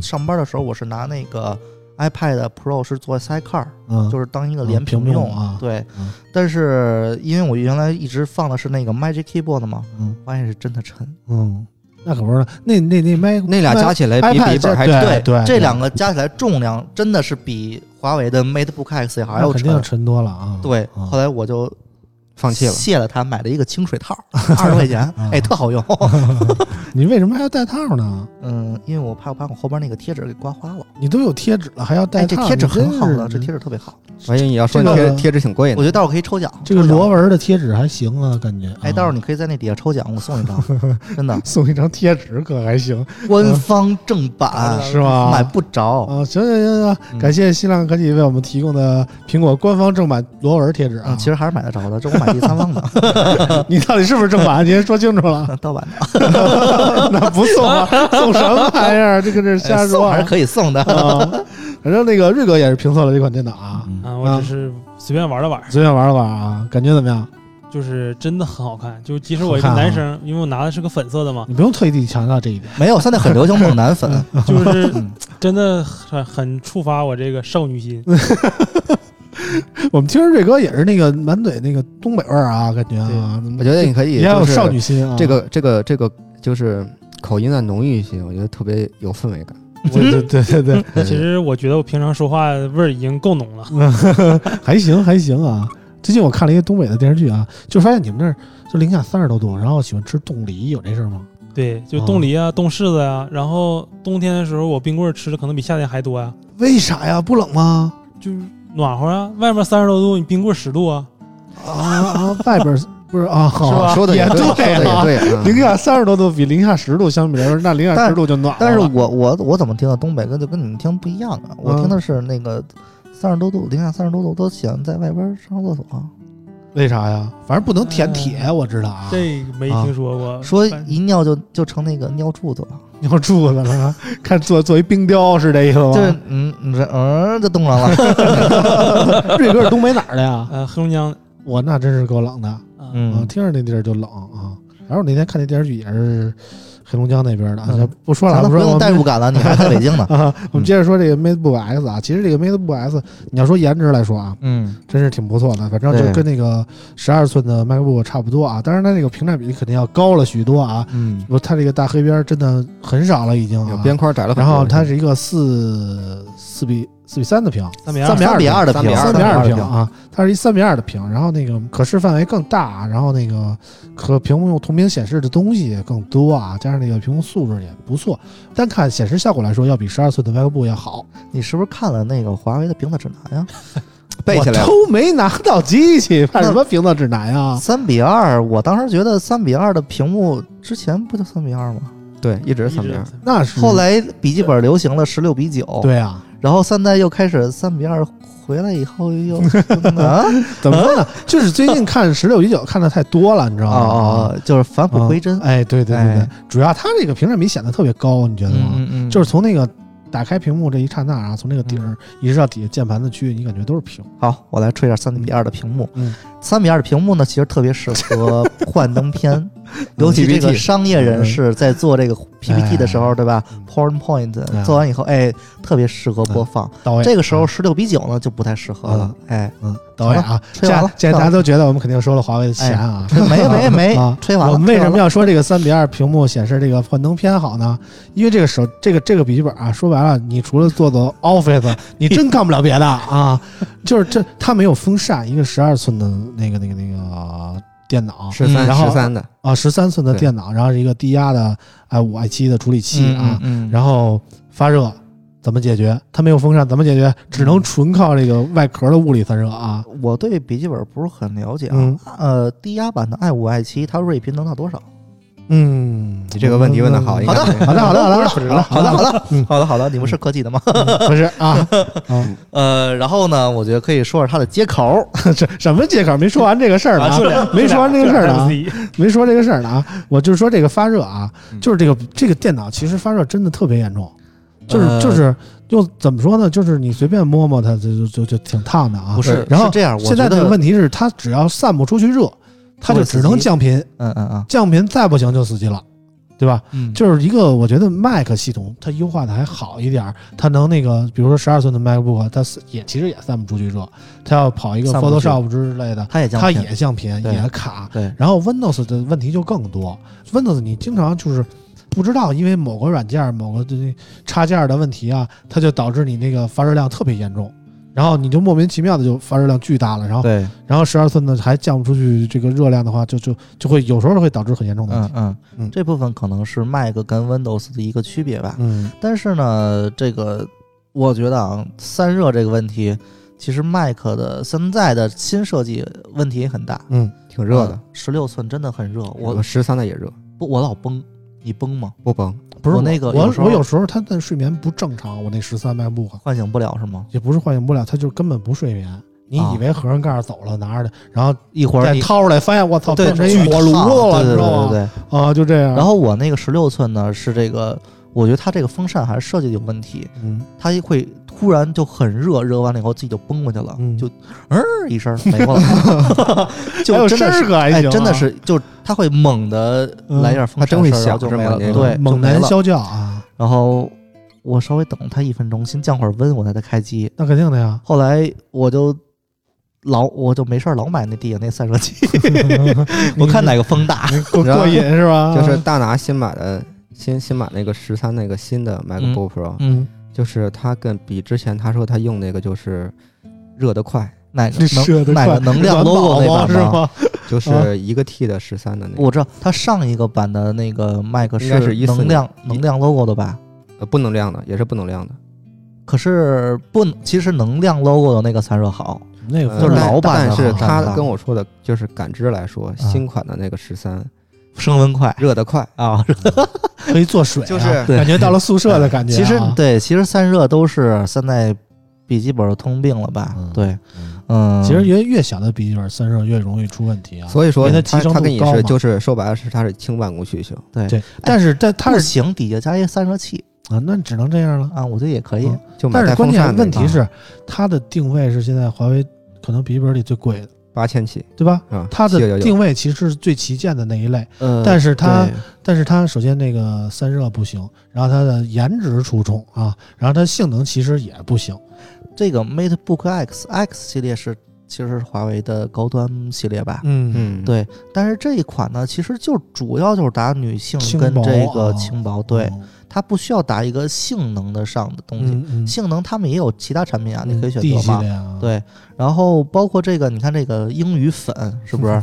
上班的时候我是拿那个 iPad Pro 是做 sidecar，、
嗯，
就是当一个连
屏幕
用
啊
对，
嗯
但是因为我原来一直放的是那个 Magic Keyboard 嘛，
嗯
发现是真的沉。
嗯，那可不是，那那那麦
那俩加起来比
iPad
笔记本还
加
沉
对哎对
这两个加起来重量真的是比华为的 MateBook X 还
那
要
肯定
沉。
沉多了啊。
对，
啊
后来我就
放弃了。
卸了它，买了一个清水 套，二十块钱，哎，特好用。
你为什么还要戴套呢？
嗯，因为我怕我把我后边那个贴纸给刮花了。
你都有贴纸了，还要戴
哎，这
套？
贴纸
你真
很好的，
是
这贴纸特别好。
万一哎你要说
这个
贴贴纸挺贵
我
的，
觉得待会儿可以抽奖。
这个
抽奖
螺纹的贴纸还行啊，感觉。
哎，
啊，
待会儿你可以在那底下抽奖，我送一张， 真的
送一张贴纸可还行
官方正版
是吗？
呃买不着。
啊，行行行行，
嗯
感谢新浪科技为我们提供的苹果官方正版螺纹贴纸啊
嗯，。其实还是买得着的，这我买第三 方的，
你到底是不是正版？您说清楚 了，
盗版的，
那不送啊，送什么玩意儿？这个这瞎
送
说
还
啊
是可以送的。
啊。反正那个瑞哥也是评测了这款电脑啊，
嗯
啊，我只是随便玩了玩，
随便玩了玩啊，感觉怎么样？
就是真的很好看。就即使我一个
好看啊
男生，因为我拿的是个粉色的 嘛，
你不用特地强调这一点，
没有，现在很流行猛男 粉，
就是
嗯
真的很很触发我这个少女心。
嗯我们听着瑞哥也是那个满嘴那个东北味儿啊，感觉啊，
我觉得你可以，
也要有
就是
少女心啊。
这个这个这个就是口音再啊浓郁一些，我觉得特别有氛围感。
对，对对对对，
其实我觉得我平常说话味儿已经够浓了。
还行还行啊。最近我看了一个东北的电视剧啊，就发现你们那儿就零下三十多度，然后喜欢吃冻梨，有这事儿吗？
对，就
哦
冻梨啊，冻柿子呀、然后冬天的时候我冰棍儿吃的可能比夏天还多呀、
为啥呀？不冷吗？
就是暖和啊。外面三十多度，你冰棍十度啊，
啊啊，外边儿不是啊，
是吧？说的
也
对，说的
啊
也对啊。
零下三十多度比零下十度相比来说，那零下
但
十度就暖和
但是
了
我我我怎么听的东北跟就跟你们听不一样啊？我
嗯
听的是那个三十多度，零下三十多度都喜欢在外边儿上厕所、
为啥呀？反正不能舔铁，我知道啊。
这没听说过。
说
反
一尿就就成那个尿柱子了，
尿柱子了，看做做一冰雕是这意思吗？
就是嗯，你这嗯就冻上 了，
瑞哥是东北哪儿的呀？
呃，黑龙江的，
我那真是够冷的，
啊
啊，
嗯，
听着那地儿就冷啊。然后我那天看那电视剧也是黑龙江那边的啊，
嗯
就不说了，
咱都
不
不
说
用
了。，
代入感了，你还在北京呢
啊，我们接着说这个 MateBook X 啊，其实这个 MateBook X，你要说颜值来说啊，
嗯，
真是挺不错的，反正就
对
跟那个十二寸的 MacBook 差不多啊。当然，它这个屏占比肯定要高了许多啊。
嗯，
不，它这个大黑边真的很少了，已经、
有
啊。
边框窄了很
然
多。
后它是一个四四比四比三的屏，
三米二
三米
三比二的
三
屏，
比二
三
的
比二
屏
屏啊，它是一三比二的屏，然后那个可视范围更大，然后那个可屏幕用同屏显示的东西也更多啊，加上那个屏幕素质也不错，单看显示效果来说，要比十二寸的 MacBook 要好。
你是不是看了那个华为的评测指南呀？
背起
我
来了。
都没拿到机器，怕什么评测指南啊？
三比二，我当时觉得三比二的屏幕之前不就三比二吗？
对，一直是
一直
三比二。
那是
后来笔记本流行了十六比九，
嗯对啊，
然后三代又开始三比二，回来以后又 啊
怎么说呢？就是最近看十六比九看的太多了，你知道
啊
吗？啊，
啊，就是返璞归真。
哎，对对对对
哎，
主要它这个屏占比显得特别高，你觉得吗？
嗯
哎就是从那个打开屏幕这一刹那，然后从那个顶儿一直到底下键盘的区域，你感觉都是屏。
好，我来吹一下三比二的屏幕
嗯。
三比二的屏幕呢，其实特别适合幻灯 片，尤
嗯
其这个
PPT
商业人士在做这个 PPT 的时候，对吧
嗯
？PowerPoint
嗯
做完以后，哎，特别适合播放。
到位，
这个时候十六比九呢就不太适合了，哎，
嗯，到位啊！这
吹完
样
了
这样
吹完了
大家都觉得我们肯定收了华为的钱啊。
没没
啊
没，吹完
我
了。
们为
吹
什
完
么
了
要说这个三比二屏幕显示这个幻灯片好呢？因为这个手这个这个笔记本啊，说白了，你除了做做 Office，你真干不了别的 啊。就是这它没有风扇，一个十二寸的那个那个那个电脑。
十三
然后
十三的
啊，十三寸的
对
电脑，然后是一个低压的哎五 i 七的处理器啊，
嗯嗯嗯
然后发热怎么解决？它没有风扇怎么解决？只能纯靠这个外壳的物理散热啊。
我对笔记本不是很了解啊，
嗯
呃，低压版的 i 五 i 七，它睿频能到多少？
嗯，
你这个问题问得好，应该
好的，好的，好的，好的，
好的，好的，
嗯
好的，好的，你们是科技的吗？
的，不是啊，
呃，然后呢，我觉得可以说说它的接口，
这 什么借口？没说完这个事儿呢
啊，
啊
就 俩，
没说完这个事儿呢啊，
MC
没说这个事儿呢啊，我就是说这个发热啊，就是这个这个电脑其实发热真的特别严重，就是
呃
就是就怎么说呢？就是你随便摸摸它，就就就就挺烫的啊。
不是，
然后
是这样，我
现在
觉
的
得，
问题是，它只要散不出去热，它就只能降频，
嗯嗯嗯
降频再不行就死机了，对吧？
嗯，
就是一个我觉得 Mac 系统它优化的还好一点儿，它能那个，比如说十二寸的 MacBook，它是也其实也散不出去热，它要跑一个
散不出去
Photoshop 之类的，
它也降
它
频
也降频
对
也卡。
对，
然后 Windows 的问题就更多，Windows 你经常就是不知道，因为某个软件、某个这插件的问题啊，它就导致你那个发热量特别严重，然后你就莫名其妙的就发热量巨大了，然后
对，
然后十二寸的还降不出去这个热量的话，就就就会有时候会导致很严重的问
嗯
题。
嗯
嗯
这部分可能是 Mac 跟 Windows 的一个区别吧。
嗯
但是呢，这个我觉得啊，散热这个问题，其实 Mac 的现在的新设计问题也很大，
嗯，
挺热的。
十六寸真的很热，我
我十三的也热，
不我老崩，你崩吗？
不崩。
不是
我那个
我
有时候
我有时候它的睡眠不正常，我那十三 MacBook
唤醒不了是吗？
也不是唤醒不了，它就是根本不睡眠。你
啊
以为合上盖儿走了，拿着的，然后
一会儿
再
你
掏出来，发现我操，
对
变成一
巨
火炉
烫
子了，你知
对对对
道
对
吗？
对。
啊，就这样。
然后我那个十六寸呢是这个，我觉得它这个风扇还是设计有问题，
嗯，
它会突然就很热，热完了以后自己就崩过去了，
嗯
就嗯、一声没过了，
还
就
有
真的
这
是
个还
哎，
行啊
真的是就它会猛的来一下
嗯
风
它真会
扇声儿，
响
然后就是
吗
没了，
那个
对，
猛
就没
男
了
消叫啊，
然后我稍微等它一分钟，先降会儿温，我才再开机。
那肯定的呀。
后来我就老我就没事儿老买那地下那散热器， 我看哪个风大。
过
然后
过瘾是吧？
就是大拿新买的新新买那个十三那个新的 MacBook Pro，、
嗯，
就是它跟比之前他说他用那个就是热得快，
哪个
这射
能
得
哪
快
个能量
暖
logo
宝
那
宝
版
是吗？
就是一个 T 的十三的那个，
我知道它上一个版的那个麦克
应该是14
能量
一
能量 logo 的吧？
呃，不能亮的，也是不能亮的，
可是不，其实能量 logo 的那个散热好，
那
呃
就是
但
老版的
但
啊
是
啊
好
他
看吧
跟我说的，就是感知来说，新款的那个十三
升温快
热得快，
啊。
可以做水啊，
就是
对
感觉到了宿舍的感觉啊。
其实对，其实散热都是现在笔记本的通病了吧？
嗯
对，
嗯
嗯，
其实越越小的笔记本散热越容易出问题啊。
所以说
因为它
他
提升
他
度
跟你
高
是
嘛
就是说白了是他是轻办公需求，
对
对，但是但它
不
是
行，底下加一散热器
啊，那只能这样了。
啊，我觉得也可以。
嗯
就买
但是
带
关
风
键
扇啊
问题是，它的定位是现在华为可能笔记本里最贵的，
八千起
对吧？
啊，
它的
799
定位其实是最旗舰的那一类，
呃，
但是它
对
但是它首先那个散热不行，然后它的颜值出众啊，然后它性能其实也不行。
这个 MateBook X X 系列是其实是华为的高端系列吧？
嗯
嗯，
对，但是这一款呢，其实就主要就是打女性
轻
跟
薄
这个
啊
轻薄，对，，它不需要打一个性能的上的东西。
嗯嗯，
性能他们也有其他产品啊，你可以选
D
择
系
嘛。
列啊，
对，然后包括这个，你看这个英语粉是不是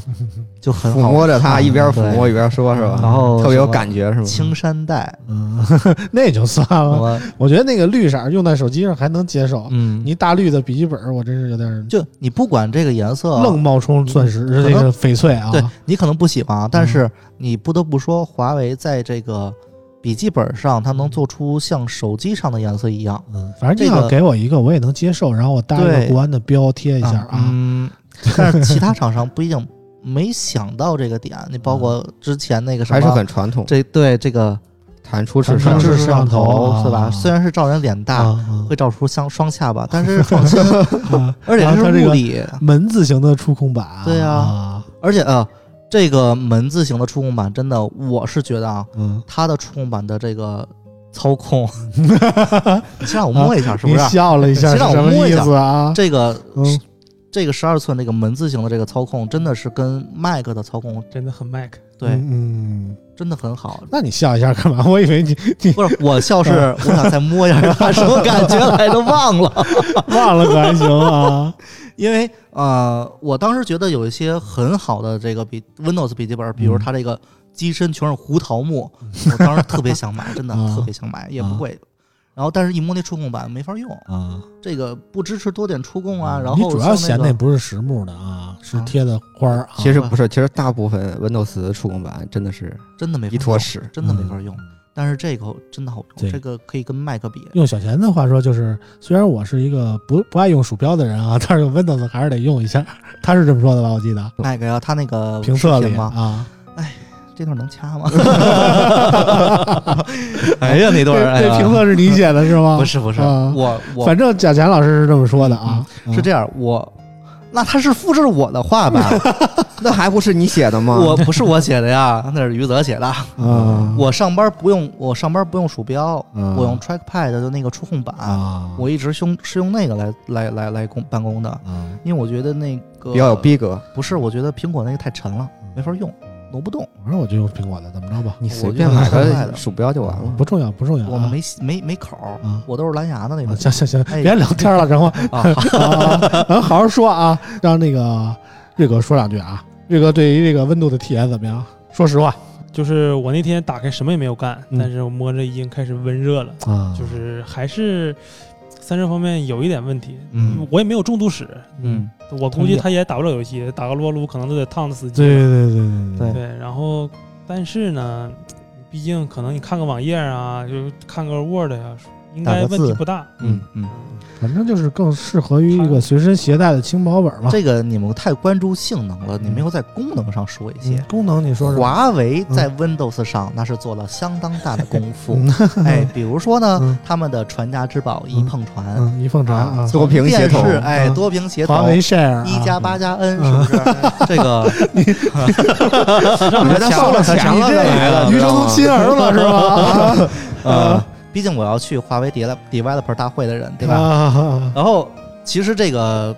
就很
抚
好？嗯
摸着它一边抚
对
摸一边说是吧？
然后
特别有
什么
感觉是吗？
青山黛，
嗯， 那就算
什
了。
么
我觉得那个绿色用在手机上还能接受，
嗯，
你大绿的笔记本，我真是有点
就你不管这个颜色啊，
愣冒充钻石
可能
这个翡翠啊。
对你可能不喜欢啊，但
嗯
是你不得不说，华为在这个笔记本上，它能做出像手机上的颜色一样。
嗯，反正你
这个
要给我一个，我也能接受，然后我搭一个
对
国安的标贴一下啊。
嗯，但是其他厂商不一定没想到这个点。你包括之前那个什么，
还是很传统，
这对这个
弹出
弹
式
出
上
式
是
摄
摄
像
像头
头
是
啊
吧？虽然是照人脸大，
啊，
会照出像双下巴，但是创新，
啊
而且
然后它这
是物
个
理，
门字形的触控板，
对啊
啊，
而且呃，这个门字形的触控板真的，我是觉得啊，
嗯，
它的触控板的这个 操控，你先让我摸一下，是不
啊你
是？
笑了一下是
先让我
什么
摸一
意
下
思啊？
这个
嗯
这个十二寸这个门字形的这个操控，真的是跟 Mac 的操控
真的很 Mac。
对
嗯，嗯
真的很好。
那你笑一下干嘛？我 以为你你
不是我笑是
嗯
我想再 摸一下它什么感觉来着，忘了。
忘了可还行啊？
因为呃，我当时觉得有一些很好的这个笔 Windows 笔记本，比如它这个机身全是胡桃木，我当时特别想买，真的
啊
特别想买，也不贵。然后，但是一摸那触控板没法用，
啊，
这个不支持多点触控啊。然
你
后
主要嫌
像
那
那个
不是实木的啊，是
啊
贴的花儿啊。
其实不是，其实大部分 Windows 触控板真的是
真的没法
一坨
用
屎，
真的没法用。但是这个真的好用，
对
这个可以跟 Mac 比。
用小贤的话说，就是虽然我是一个不不爱用鼠标的人啊， 但是用 Windows 还是得用一下。他是这么说的吧？我记得
那个呀，他那个
评
视
测
频
里
吗？
啊，
这段能掐吗？ 哎呀，那段哎
这
呀，
评测是你写的是吗？
不，是不是，
啊
我我
反正贾强老师是这么说的啊。
是这样，我那他是复制我的话吧？
那还不是你写的吗？
我不是我写的呀，那是于泽写的。
啊，
嗯我上班不用，我上班不用鼠标，
嗯
我用 trackpad 的那个触控板，
啊，
我一直是用是用那个来来来来工办公的，
啊
因为我觉得那个
比较有逼格，
不是，我觉得苹果那个太沉了，没法用，挪不动。
反正我就用苹果的，怎么着吧？
你随
我就
便买
很快
个
的
鼠标就完了。
不重要，不重要啊。
我没没没口儿
啊，
我都是蓝牙的那
啊
种。
行行行，
哎
别聊天了，然 后
啊，
啊，咱好好说啊，让那个瑞哥说两句啊。瑞哥对于这个温度的体验怎么样？说实话
就是我那天打开什么也没有干，
嗯
但是我摸着已经开始温热
哦
了，
啊
就是还是散热方面有一点问题。
嗯
我也没有中毒史，
嗯，
我估计他也打不了游戏，打个撸啊撸可能都得烫死自己。
对对对对
对
对，然后但是呢，毕竟可能你看个网页啊，就看个 Word 呀、应
打
该
个
问
字
题不大。
嗯嗯，
反正就是更适合于一个随身携带的轻薄本嘛。
这个你们太关注性能了，你没有在功能上说一些
嗯。功能你说说，
华为在 Windows 上那是做了相当大的功夫， 哎，比如说
嗯
呢，他们的传家之宝一碰传，
嗯，一凤爪啊，
多屏协
电
同，
视哎，
嗯
多屏协
华
同，
为 Share 啊
一加八加 N 是不是？这个
嗯
你看他受了强了，他来了，
余承东亲儿子是吧？
呃，毕竟我要去华为 de- developer 大会的人， 对吧？
啊吧？
然后其实这个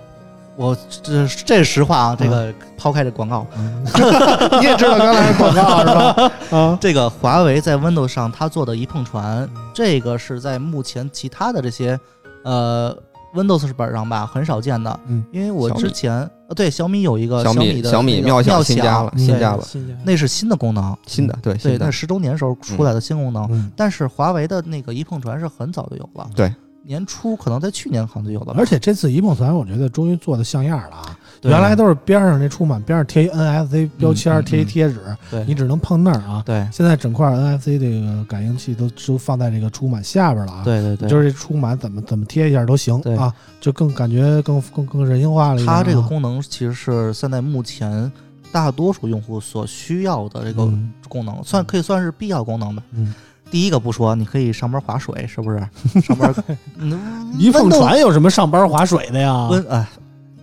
我这这实话啊，这个抛开这广告，
你也知道刚才的广告是 吧？啊，
这个华为在 Windows 上它做的一碰传，这个是在目前其他的这些呃 Windows 本上吧很少见的，
嗯
因为我
小米
之前呃对小米有一个
小
米
米
的
小米
那个
妙
妙
新加了，
嗯
新
对
加了，
新家
那是新的功能，嗯
新的对
对，
新
它
的，
十周年时候出来的新功能，
嗯
但是华为的那个一碰传是很早就有了，
对，
年初可能在去年好像就有了吧，
而且这次一梦团，我觉得终于做的像样了啊！
对
原来都是边上那出满边上贴一 NFC 标签，
嗯嗯
贴一贴纸，
对
你只能碰那儿啊。
对
现在整块 NFC 这个感应器都都放在这个出满下边了啊。
对对对，
就是这出满怎么怎么贴一下都行
对
啊，就更感觉更更更人性化了一点啊。
它这个功能其实是现在目前大多数用户所需要的这个
嗯
功能，算可以算是必要功能吧。
嗯
第一个不说，你可以上班划水，是 不是？上班，嗯
一凤船啊有什么上班划水的呀？
温哎，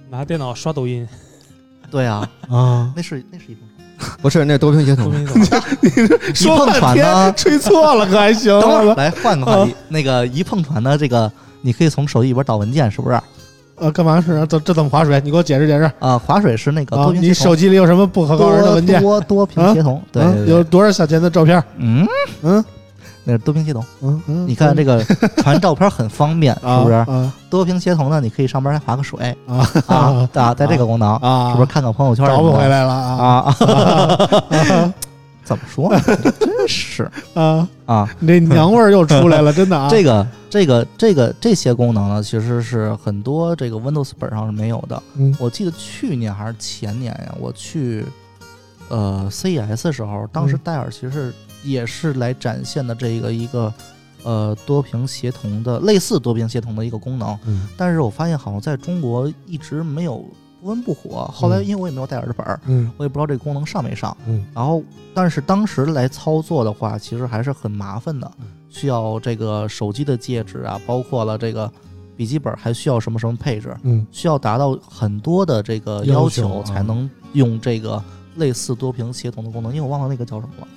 拿电脑刷 抖音，
对啊，
啊，
那是那是一碰船。
不是那多屏协
说
同，
明什么
一碰船呢？
吹错了可还 行
等会儿来换个
啊
话题。那个一碰船的这个，你可以从手机里边导文件，是不是？
呃，干嘛是这这怎么划水？你给我解释解释
啊，划水是那个
啊
多！屏
你
协同
手，机里有什么不可告人的文件？
多多多屏协同，对
啊，
对对
有多少小钱的照片？
嗯
嗯，
那是多屏协同。
嗯嗯，
你看这个传照片很方便，
啊
是不是？
啊
多屏协同呢，你可以上班还划个水
啊
啊啊，在这个功能，
啊，
是不是看看朋友圈什
找
么
不回
的
来了啊
啊？
啊
怎么说呢？真是
啊！
啊，
你这娘味儿又出 来了，真的啊！
这个这个这个这些功能呢，其实是很多这个 Windows 本上是没有的。
嗯
我记得去年还是前年呀，我去呃 CES 的时候，当时
嗯
戴尔其实也是来展现的这个一个呃多屏协同的类似多屏协同的一个功能，
嗯
但是我发现好像在中国一直没有不温不火。后来
嗯
因为我也没有戴尔的本儿，
嗯
我也不知道这个功能上没上。
嗯，
然后但是当时来操作的话，其实还是很麻烦的，
嗯
需要这个手机的介质啊，包括了这个笔记本，还需要什么什么配置，
嗯
需要达到很多的这个
要求
要求，
啊
才能用这个类似多屏协同的功能，因为我忘了那个叫什么了。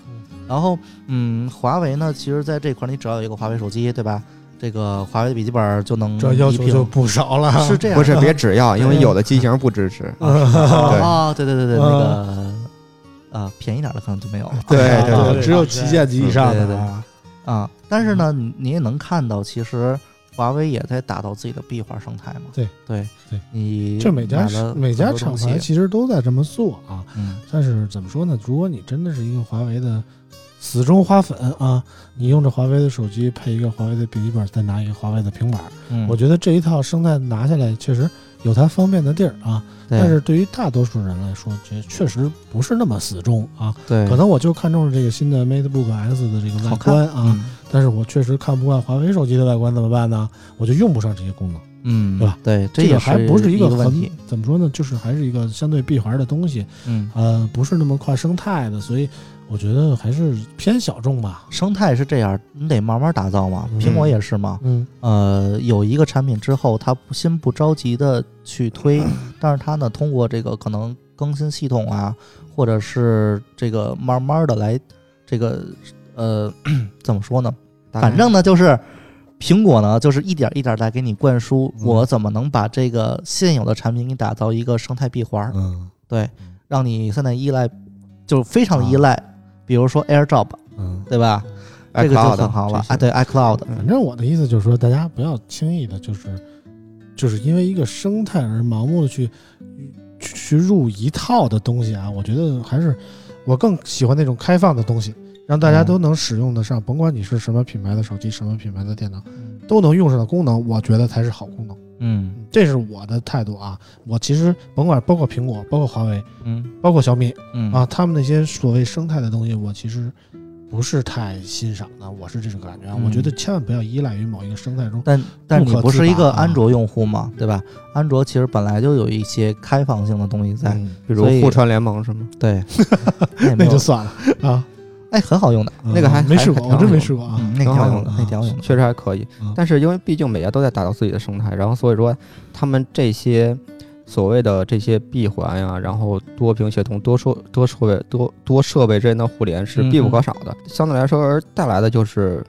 然后，嗯，华为呢，其实在这块儿，你只要有一个华为手机，对吧？这个华为的笔记本就能
这要
一
求
屏
就不少了，
是这样呃
不
的，
是别 只要，因为有的机型不支持，对
啊？对对对对，那个
嗯
啊，便宜点儿的可能就没有了。
对对
啊
对
对
只有旗舰级以上的啊，
啊，但是呢，你你也能看到，其实华为也在打造自己的壁画生态嘛。
对
对
对，
你
这每家
买了
每
很
家
多
厂
东西
牌其实都在这么做啊。
嗯，
但是怎么说呢？如果你真的是一个华为的死忠花粉啊，你用着华为的手机配一个华为的笔记本，再拿一个华为的平板，
嗯
我觉得这一套生态拿下来确实有它方便的地儿啊。
对
但是对于大多数人来说，这确实不是那么死忠啊。
对
可能我就看中了这个新的 MateBook S 的这个外
好看
观啊，
嗯
但是我确实看不惯华为手机的外观，怎么办呢？我就用不上这些功能。
嗯，
对吧？
对，
这
这也
个还不
是
是一
个
很
问题。
怎么说呢？就是还是一个相对闭环的东西。
嗯，
呃，不是那么跨生态的，所以我觉得还是偏小众吧。
生态是这样，你得慢慢打造嘛。
嗯
苹果也是嘛，
嗯
呃，有一个产品之后，它不先不着急的去 推，但是它呢，通过这个可能更新系统啊，或者是这个慢慢的来，这个呃，怎么说呢？
大概
反正呢，就是苹果呢，就是一点一点在给你灌输，
嗯
我怎么能把这个现有的产品给你打造一个生态闭环儿，
嗯
让你现在依赖，就非常依赖，比如说 AirDrop，
嗯，
对吧？这个就
iCloud
很好了
这
啊，
些
对 iCloud，
嗯
反正我的意思就是说，大家不要轻易的，就是就是因为一个生态而盲目的去去去入一套的东西啊。我觉得还是我更喜欢那种开放的东西，让大
嗯
家都能使用得上，甭管你是什么品牌的手机，什么品牌的电脑，都能用上的功能，我觉得才是好功能。
嗯
这是我的态度啊。我其实甭管包括苹果，包括华为，
嗯
包括小米，啊
嗯
啊，他们那些所谓生态的东西，我其实不是太欣赏的，我是这种感觉啊。
嗯
我觉得千万不要依赖于某一个生态中。
但但
不
你
可
不
自
是一
拔
个
啊
安卓用户嘛，对吧？安卓其实本来就有一些开放性的东西在，
嗯比如
所以
互传联盟是吗？
对，那也没
那就
有，
算了啊，
哎，很好用的，
嗯
那个还
没试过，
还还挺好
我真没试过啊。
嗯，那挺
挺好
好
用
用的，
的
那
啊
挺好用的。
确实还可以
嗯。
但是因为毕竟每家都在打造自己的生态，然后所以说他们这些所谓的这些闭环呀、然后多屏协同、多设多设备、多多设备之间的互联是必不
嗯
可少的。相对来说，而带来的就是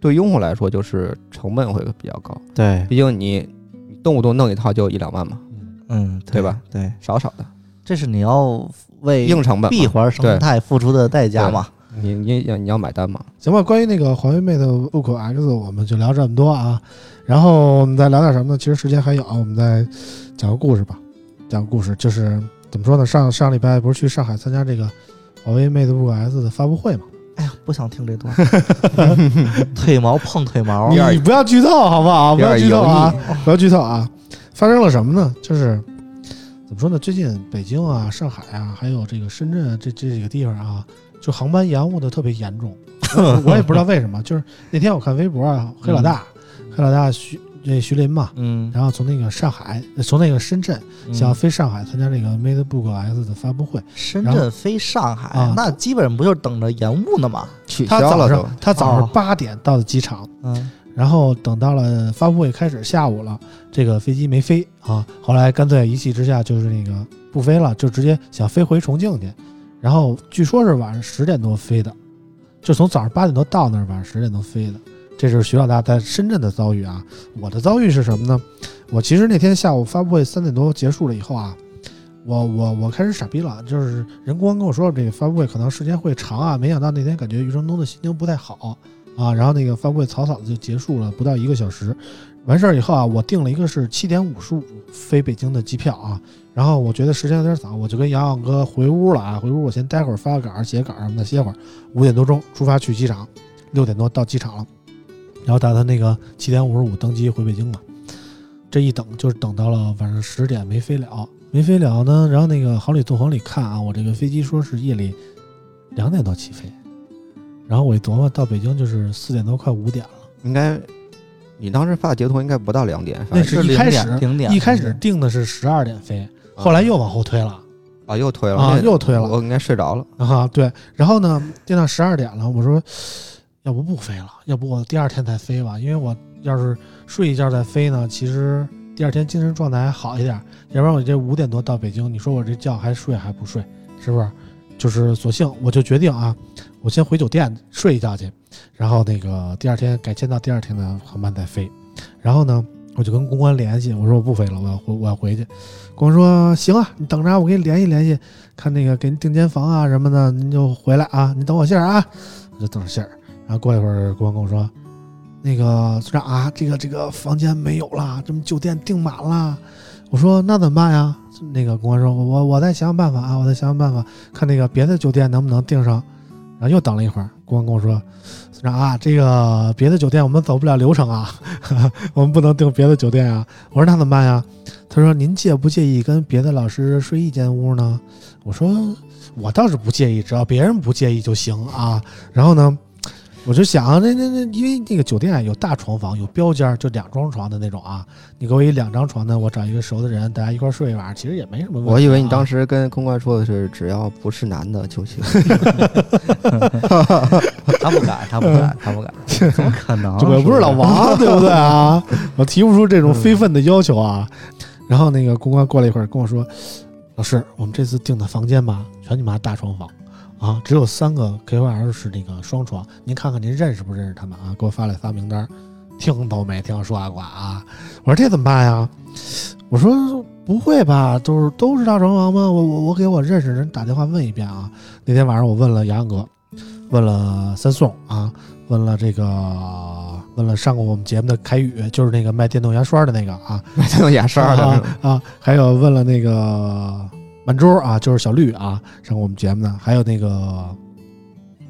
对用户来说就是成本会比较高，
对，
毕竟你你动不动弄一套就一两万嘛，
嗯，
对吧？
对，
少少的
这是你要
哎
为
硬成本嘛。
闭环生态付出的代价嘛？
你你也你要买单嘛？
行吧，关于那个华为 Mate Book X，我们就聊这么多啊。然后我们再聊点什么呢？其实时间还有啊，我们再讲个故事吧。讲个故事就是怎么说呢？上上礼拜不是去上海参加这个华为 Mate Book S 的发布会嘛？
哎呀，不想听这段，腿毛碰腿毛，
你不要剧透好不好？
有
不要
点
剧透啊
油！
不要剧透啊！发生了什么呢？就是怎么说呢？最近北京啊、上海啊，还有这个深圳啊，这这几个地方啊，就航班延误的特别严 重。我我也不知道为什么， 就是那天我看微博啊，黑老大，
嗯
黑老大徐这徐林嘛，
嗯，
然后从那个上海，呃从那个深圳，
嗯
想要飞上海参加这个 MateBook S 的发布会。
深
然后
圳飞上海，
啊
那基本不就是等着延误呢嘛？
取
他
消
早
了
上
都。
他早
哦
上八点到的机场，
嗯，
然后等到了发布会开始下午了，这个飞机没飞啊，后来干脆一气之下就是那个不飞了，就直接想飞回重庆去，然后据说是晚上十点多飞的，就从早上八点多到那儿，晚上十点多飞的。这就是徐老大在深圳的遭遇啊。我的遭遇是什么呢？我其实那天下午发布会三点多结束了以后啊，我我我开始傻逼了，就是人工跟我说这个发布会可能时间会长啊，没想到那天感觉余承东的心情不太好啊，然后那个发布会草草的就结束了，不到一个小时。完事儿以后啊，我订了一个是七点五十五飞北京的机票啊，然后我觉得时间有点早，我就跟洋洋哥回屋了啊，回屋我先待会儿发个稿儿、写稿儿什么的，歇会儿。五点多钟出发去机场，六点多到机场了，然后打算那个七点五十五登机回北京嘛。这一等就是等到了晚上十点没飞了，没飞了呢。然后那个航旅纵横里看啊，我这个飞机说是夜里两点多起飞，然后我一琢磨到北京就是四点多快五点了。
应该，你当时发的截图应该不到两点，反
那
正
是一
呃零
开
点
始
零点，啊
一开始定的是十二点飞，后来又往后推了
啊又推了
啊，
那
又推了
我应该睡着了。
啊。对，然后呢定到十二点了，我说要不不飞了，要不我第二天再飞吧，因为我要是睡一觉再飞呢，其实第二天精神状态还好一点，要不然我这五点多到北京，你说我这觉还睡还不睡，是不是？就是索性我就决定啊，我先回酒店睡一觉去，然后那个第二天改签到第二天的航班再飞。然后呢，我就跟公关联系，我说我不飞了，我要回我要回去。公关说行啊，你等着啊，我给你联系联系，看那个给您订间房啊什么的，您就回来啊，你等我信儿啊，我就等着信儿。然后过一会儿，公关跟我说，那个村长啊，这个这个房间没有啦，这么酒店订满啦。我说那怎么办呀？那个公关说，我我再想想办法啊，我再想想办法，看那个别的酒店能不能订上。然后又等了一会儿，公关跟我说，村长啊，这个别的酒店我们走不了流程啊， 我们不能订别的酒店啊。我说那怎么办呀？他说您介不介意跟别的老师睡一间屋呢？我说我倒是不介意，只要别人不介意就行啊。然后呢，我就想，啊那那那，因为那个酒店啊有大床房，有标间儿，就两张床的那种啊。你给我一两张床的，我找一个熟的人，大家一块儿睡一晚上，其实也没什么问题、啊
我以为你 当
时，
时跟公关说的是，只要不是男的就 行。
他不敢，他不敢，他不敢，怎么可能？
我啊又不是老王，对不对啊？我提不出这种非分的要求啊。然后那个公关过了一会儿跟我说：“老师，我们这次订的房间吧，全你妈大床房啊，只有三个 KYL 是那个双床，您看看您认识不认识他们啊？给我发了仨名单儿，听都没听说过啊。”我说：“这怎么办呀？” 我说：“不会吧，都是都是大床房吗？我我我给我认识的人打电话问一遍啊。”那天晚上我问了杨哥，问了三宋啊，问了这个，问了上过我们节目的凯宇，就是那个卖电动牙刷的那个啊，
买这种牙刷的那种，
啊啊，还有问了那个满洲啊，就是小绿啊，上过我们节目的，还有那个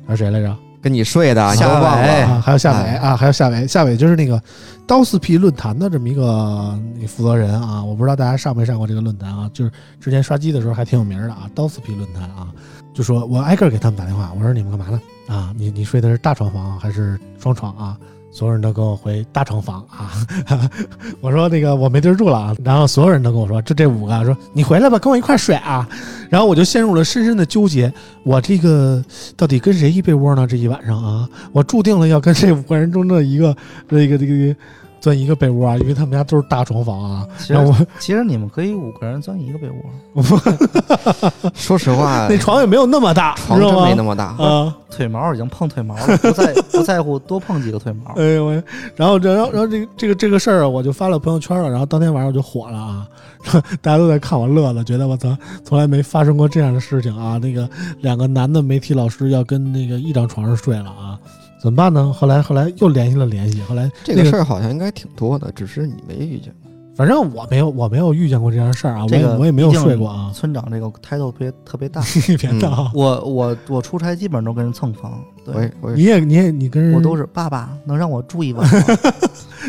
还有谁来着？
跟你睡的，你都
下
忘
哎
了。
啊，还有夏伟
哎
啊，还有夏伟，夏伟就是那个刀四 P 论坛的这么一个那负责人啊，我不知道大家上没上过这个论坛啊，就是之前刷机的时候还挺有名儿的啊，刀四 P 论坛啊，就说我挨个儿给他们打电话，我说你们干嘛呢？啊，你你睡的是大床房啊还是双床啊？所有人都跟我回大床房啊， 我说那个我没地儿住了啊，然后所有人都跟我说，就这五个啊说你回来吧，跟我一块儿睡啊，然后我就陷入了深深的纠结，我这个到底跟谁一被窝呢？这一晚上啊，我注定了要跟这五个人中的一个、这个、这个、钻一个被窝啊，因为他们家都是大床房啊。
其实
哎
然后我，
其实你们可以五个人钻一个被窝，
说实话
那床也没有那么大，你
床
知
真
道
没那
吗？
么大。
啊，
腿毛已经碰腿毛了，不在不在乎多碰几个腿毛
哎。呦喂！然后，然后，然后这个这个这个事儿啊，我就发了朋友圈了。然后当天晚上我就火了啊， 大家都在看我乐了，觉得我操，从来没发生过这样的事情啊。那个两个男的媒体老师要跟那个一张床上睡了啊，怎么办呢？后来后来又联系了联系，后来
这
那个
个事儿好像应该挺多的，只是你没遇见。
反正我没有我没有遇见过这样的事儿啊，我
这
也
个
我也没有
毕竟
睡过啊。
村长这个 title 特别特别大，
嗯
你别闹啊，
我我我出差基本上都跟人蹭房，
我
对
也我
你
也
也你也你跟人
我都是爸爸能让我住一晚吗？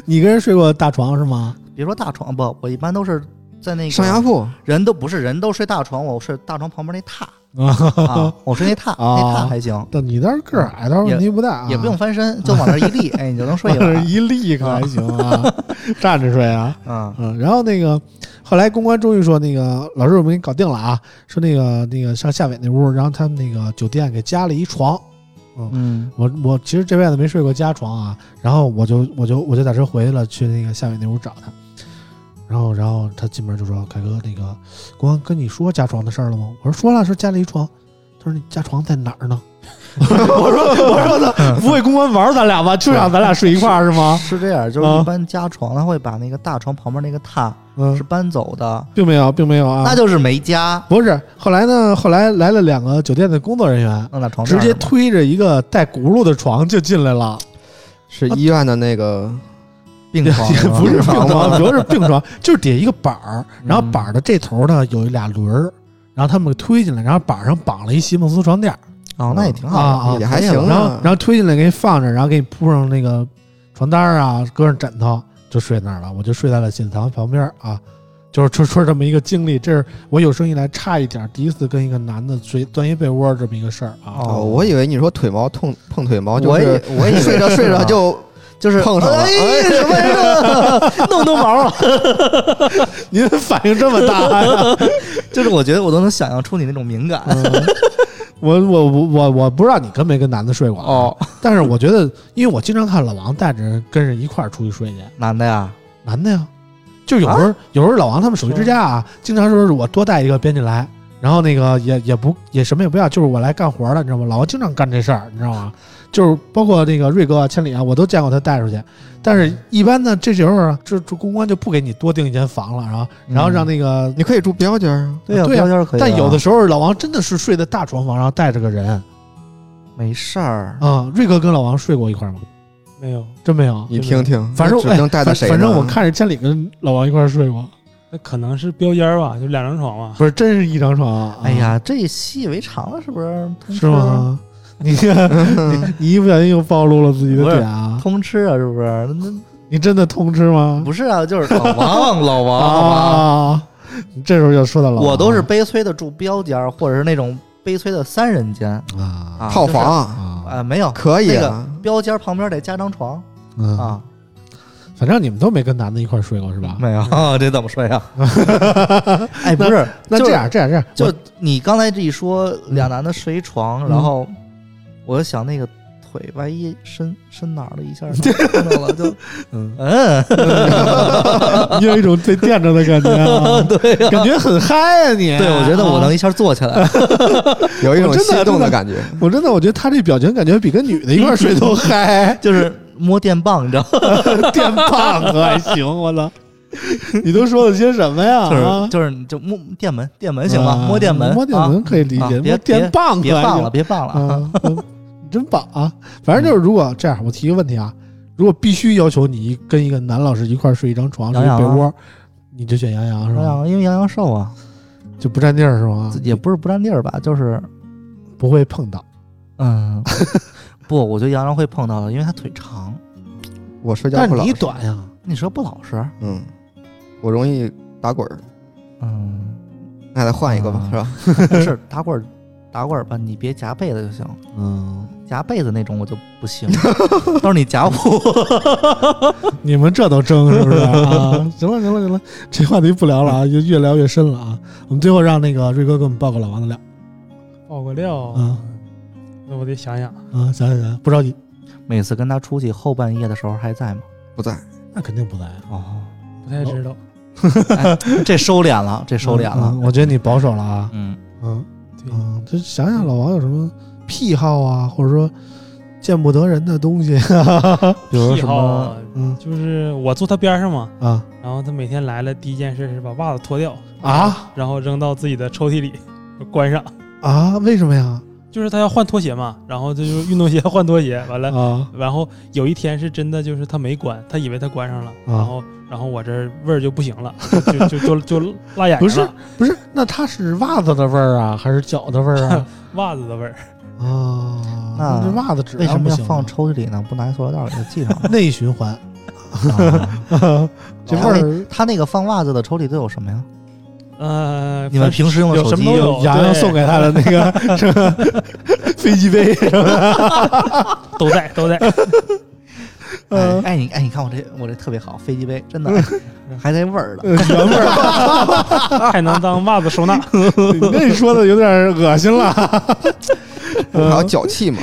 你跟人睡过大床是吗？
别说大床不，我一般都是在那个
上下铺，
人都不是人都睡大床，我睡大床旁边那榻啊
啊，，
我睡那榻
啊
那榻还行，
但你倒是个儿矮，倒是问题不大啊，
也不用翻身，就往那儿一 立，哎，你就能睡
往
一
那儿
晚。
一立可还行啊，站着睡啊。
嗯，
嗯，然后那个后来公关终于说那个老师我们给你搞定了啊，说那个那个上夏伟那屋，然后他们那个酒店给加了一床，
嗯，
我我其实这辈子没睡过家床啊，然后我就我就我就打车回来了，去那个夏伟那屋找他，然后然后他进门就说：“凯哥，那个公安跟你说家床的事儿了吗？”我说：“说了，说加了一床。”他说：“你家床在哪儿呢？” 我说：“我说我说
嗯
他不会公安玩咱俩吧？就让咱俩睡一块儿是 吗
是这样，就是
啊
一般加床他会把那个大床旁边那个榻？”
嗯
是，搬走的，
并没有，并没有啊，
那就是没加，
不是。后来呢？后来来了两个酒店的工作人员，
弄俩床
直
垫儿
接
嘛
推着一个带轱辘的床就进来了。
是
啊
医院的那个
病床
也不是
吧
病床，主要是病床，就是底下一个板儿，然后板儿的这头呢有俩轮儿，然后他们给推进来，然后板儿上绑了一席梦思床垫儿，
哦，那也挺
啊
好
啊
的，
也
也
还
还
行
行。
啊
然后然后推进来给你放着，然后给你铺上那个床单儿啊，搁上枕头就睡那儿了，我就睡在了寝堂旁边儿啊。就是说说这么一个经历，这是我有生以来差一点儿第一次跟一个男的睡钻一被窝儿这么一个事儿啊。
啊，
哦
我以为你说腿毛痛碰腿毛，就
我
是
也我也
睡着睡着 就
就是
碰
啊
上了
哎，什么呀？弄弄毛了，
您反应这么大啊呀、
就是我觉得我都能想象出你那种敏感。
嗯 我我我我我不知道你跟没跟男的睡过啊，
哦，
但是我觉得，因为我经常看老王带着人跟人一块儿出去睡去，
男的呀，
男的呀，就有时
啊
候、有时候老王他们手艺之家
哦
啊，经常说是我多带一个编进来，然后那个也也不也什么也不要，就是我来干活了，你知道吗？老王经常干这事儿，你知道吗？就是包括那个瑞哥啊、千里啊，我都见过他带出去，但是一般呢，这时候啊，这这公关就不给你多订一间房了，然后然后让那个，
你可以住标间儿啊。
嗯对呀，
对呀
标间儿可以啊。
但有的时候老王真的是睡的大床房，然后带着个人啊、
没事儿，
瑞哥跟老王睡过一块儿吗？
没有，
真没有，
你听听，
反正哎
指不定带
反
的谁呢
反正我看着千里跟老王一块儿睡过，
那可能是标间儿吧，就两张床嘛。
不是，真是一张床啊。
哎呀，嗯这习以为常了，是不是？通
是
吃？
吗？你你你一不小心又暴露了自己的
不是
点啊！
通吃啊，是不是？那
你真的通吃吗？
不是啊，就是老王，老王，老王。
啊！你这时候就说到老王，
我都是悲催的住标间儿，或者是那种悲催的三人间
啊
啊，
套
就是
房啊
啊
啊，没有
可以
那个
啊，
标间儿旁边得加张床
嗯
啊，
反正你们都没跟男的一块儿睡过是吧？
没有这怎么睡啊？哎，不是，
那
就
这
是
样这样这样，
就
我
你刚才这一说，俩男的睡一床，
嗯
然后我就想那个腿万一伸伸哪儿了 一下，碰到了就
嗯，
嗯，
你有一种被垫着的感觉啊，
对呀、
感觉很嗨啊！你
对，我觉得我能一下坐起来，
有一种
我哦真的
心动
真的
的感觉。
我真的我觉得他这表情感觉比跟女的一块儿睡都 嗨。
就是摸电棒，你知道吗？
电棒可还行，我操！你都说了些什么呀？
就是
啊
就是你就摸电门，电门行吗？
啊
摸电门，
摸电门可以理
啊
解，摸
别
电棒
别
可还
棒了，
行。
别棒了啊！
啊，嗯你真棒啊！反正就是，如果这样，我提个问题啊，如果必须要求你跟一个男老师一块儿睡一张床，睡
杨
一
洋啊
被窝，你就选杨洋是
杨
吧？啊
洋，因为杨洋瘦啊，
就不占地儿是吗？
也不是不占地儿吧，就是
不会碰到，
嗯，不，我觉得杨洋会碰到的，因为他腿长。
我摔跤
但
不
是
老
你
实，
短呀，
你说不老实，
嗯，我容易打滚儿，
嗯，
那得换一个吧
啊，
是吧？
不是打滚儿，打滚儿吧，你别夹被子就行。
嗯，
夹被子那种我就不行，都是你夹我。
你们这都争是不 是啊？行了行了行了，这话题不聊了 啊，就越聊越深了啊。我们最后让那个瑞哥给我们报个老王的料
爆个料，
嗯
啊
那我得想想。
啊，想想想，不着急，
每次跟他出去后半夜的时候还在吗？
不在，
那肯定不在啊，
哦，
不太知道，
这收敛了，这收敛
嗯嗯
了。
我觉得你保守了啊，
嗯，
嗯
对，
嗯，就想想老王有什么癖好啊，或者说见不得人的东西， 嗯
比如
癖
什
好
么
啊就是我坐他边上嘛，
啊
然后他每天来了第一件事是把袜子脱掉，
啊
然后扔到自己的抽屉里 关上，
啊，为什么呀？
就是他要换拖鞋嘛，然后这就是运动鞋换拖鞋， 完了。
啊
然后有一天是真的，就是他没关，他以为他关上了，
啊
然后然后我这味儿就不行了，就就就就就辣 眼
不
睛
是
了，
不是，那它是袜子的味儿啊，还是脚的味儿啊？
袜子的味儿。
啊，
那
这袜子质
为
量
什么
不
要
行啊？
放抽屉里呢？不拿一塑料袋给它系上
内循环，
啊
这味儿
他那个放袜子的抽屉都有什么呀？
呃，
哎
你们平时用的哎
有
手
什么
机
都有，
洋洋
对
送给他的那 个什么飞机杯什么的，
都在都 在，
嗯
哎哎，你哎，你看我这我这特别好，飞机杯真的还带味儿的。
原味儿。
还能当袜子收纳。
你那你说的有点恶心了。嗯
还有脚气嘛，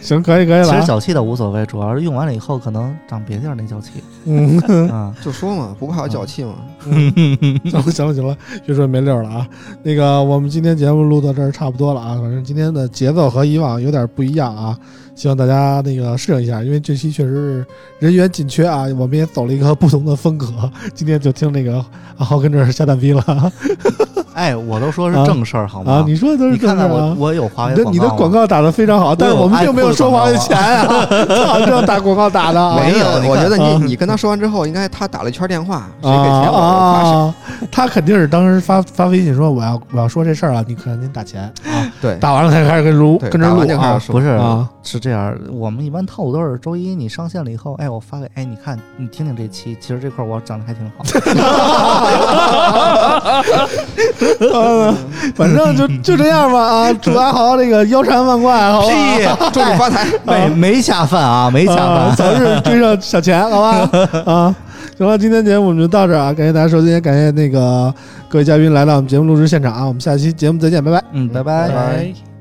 行，可以可以了
其实
啊。
脚气倒无所谓，主要是用完了以后可能长别地儿那脚气
嗯，
啊。
就说嘛，不怕有脚气嘛。
行了行了行了，越说越没溜儿了啊。那个，我们今天节目录到这儿差不多了啊。反正今天的节奏和以往有点不一样啊，希望大家那个适应一下，因为这期确实是人员紧缺啊，我们也走了一个不同的风格。今天就听那个阿豪跟这儿瞎蛋逼了啊
哎，我都说是正事儿好吗
啊！？你说的都是
你看
正事儿
看我
啊。
我有华为
你的你的
广
广
告
告
吗
打得非常好，但是我们并没有收华为钱 啊！操，这打广告打的啊！
没有，
你看
我觉得
啊
你你跟他说完之后，应该他打了一圈电话，谁给
啊
钱我我花谁。
啊！他肯定是当时发发微信说我要我要说这事儿了，你肯定打钱啊。
对
打完了才开始跟录
对，
跟着
打完
录
就开
啊
始。说
不是
啊
是这样，我们一般套路都是周一你上线了以后，哎，我发给哎，你看你听听这期，其实这块儿我讲的还挺好。
嗯反正就就这样吧啊！祝阿豪这个腰缠万贯，好吧？
祝你发财。
没没下饭啊，没下
啊
饭。
早日追上小钱，好吧？啊，行了，今天节目我们就到这儿啊！感谢大家收听，也感谢那个各位嘉宾来到我们节目录制现场啊！我们下期节目再见，拜拜。
嗯，拜拜
拜。拜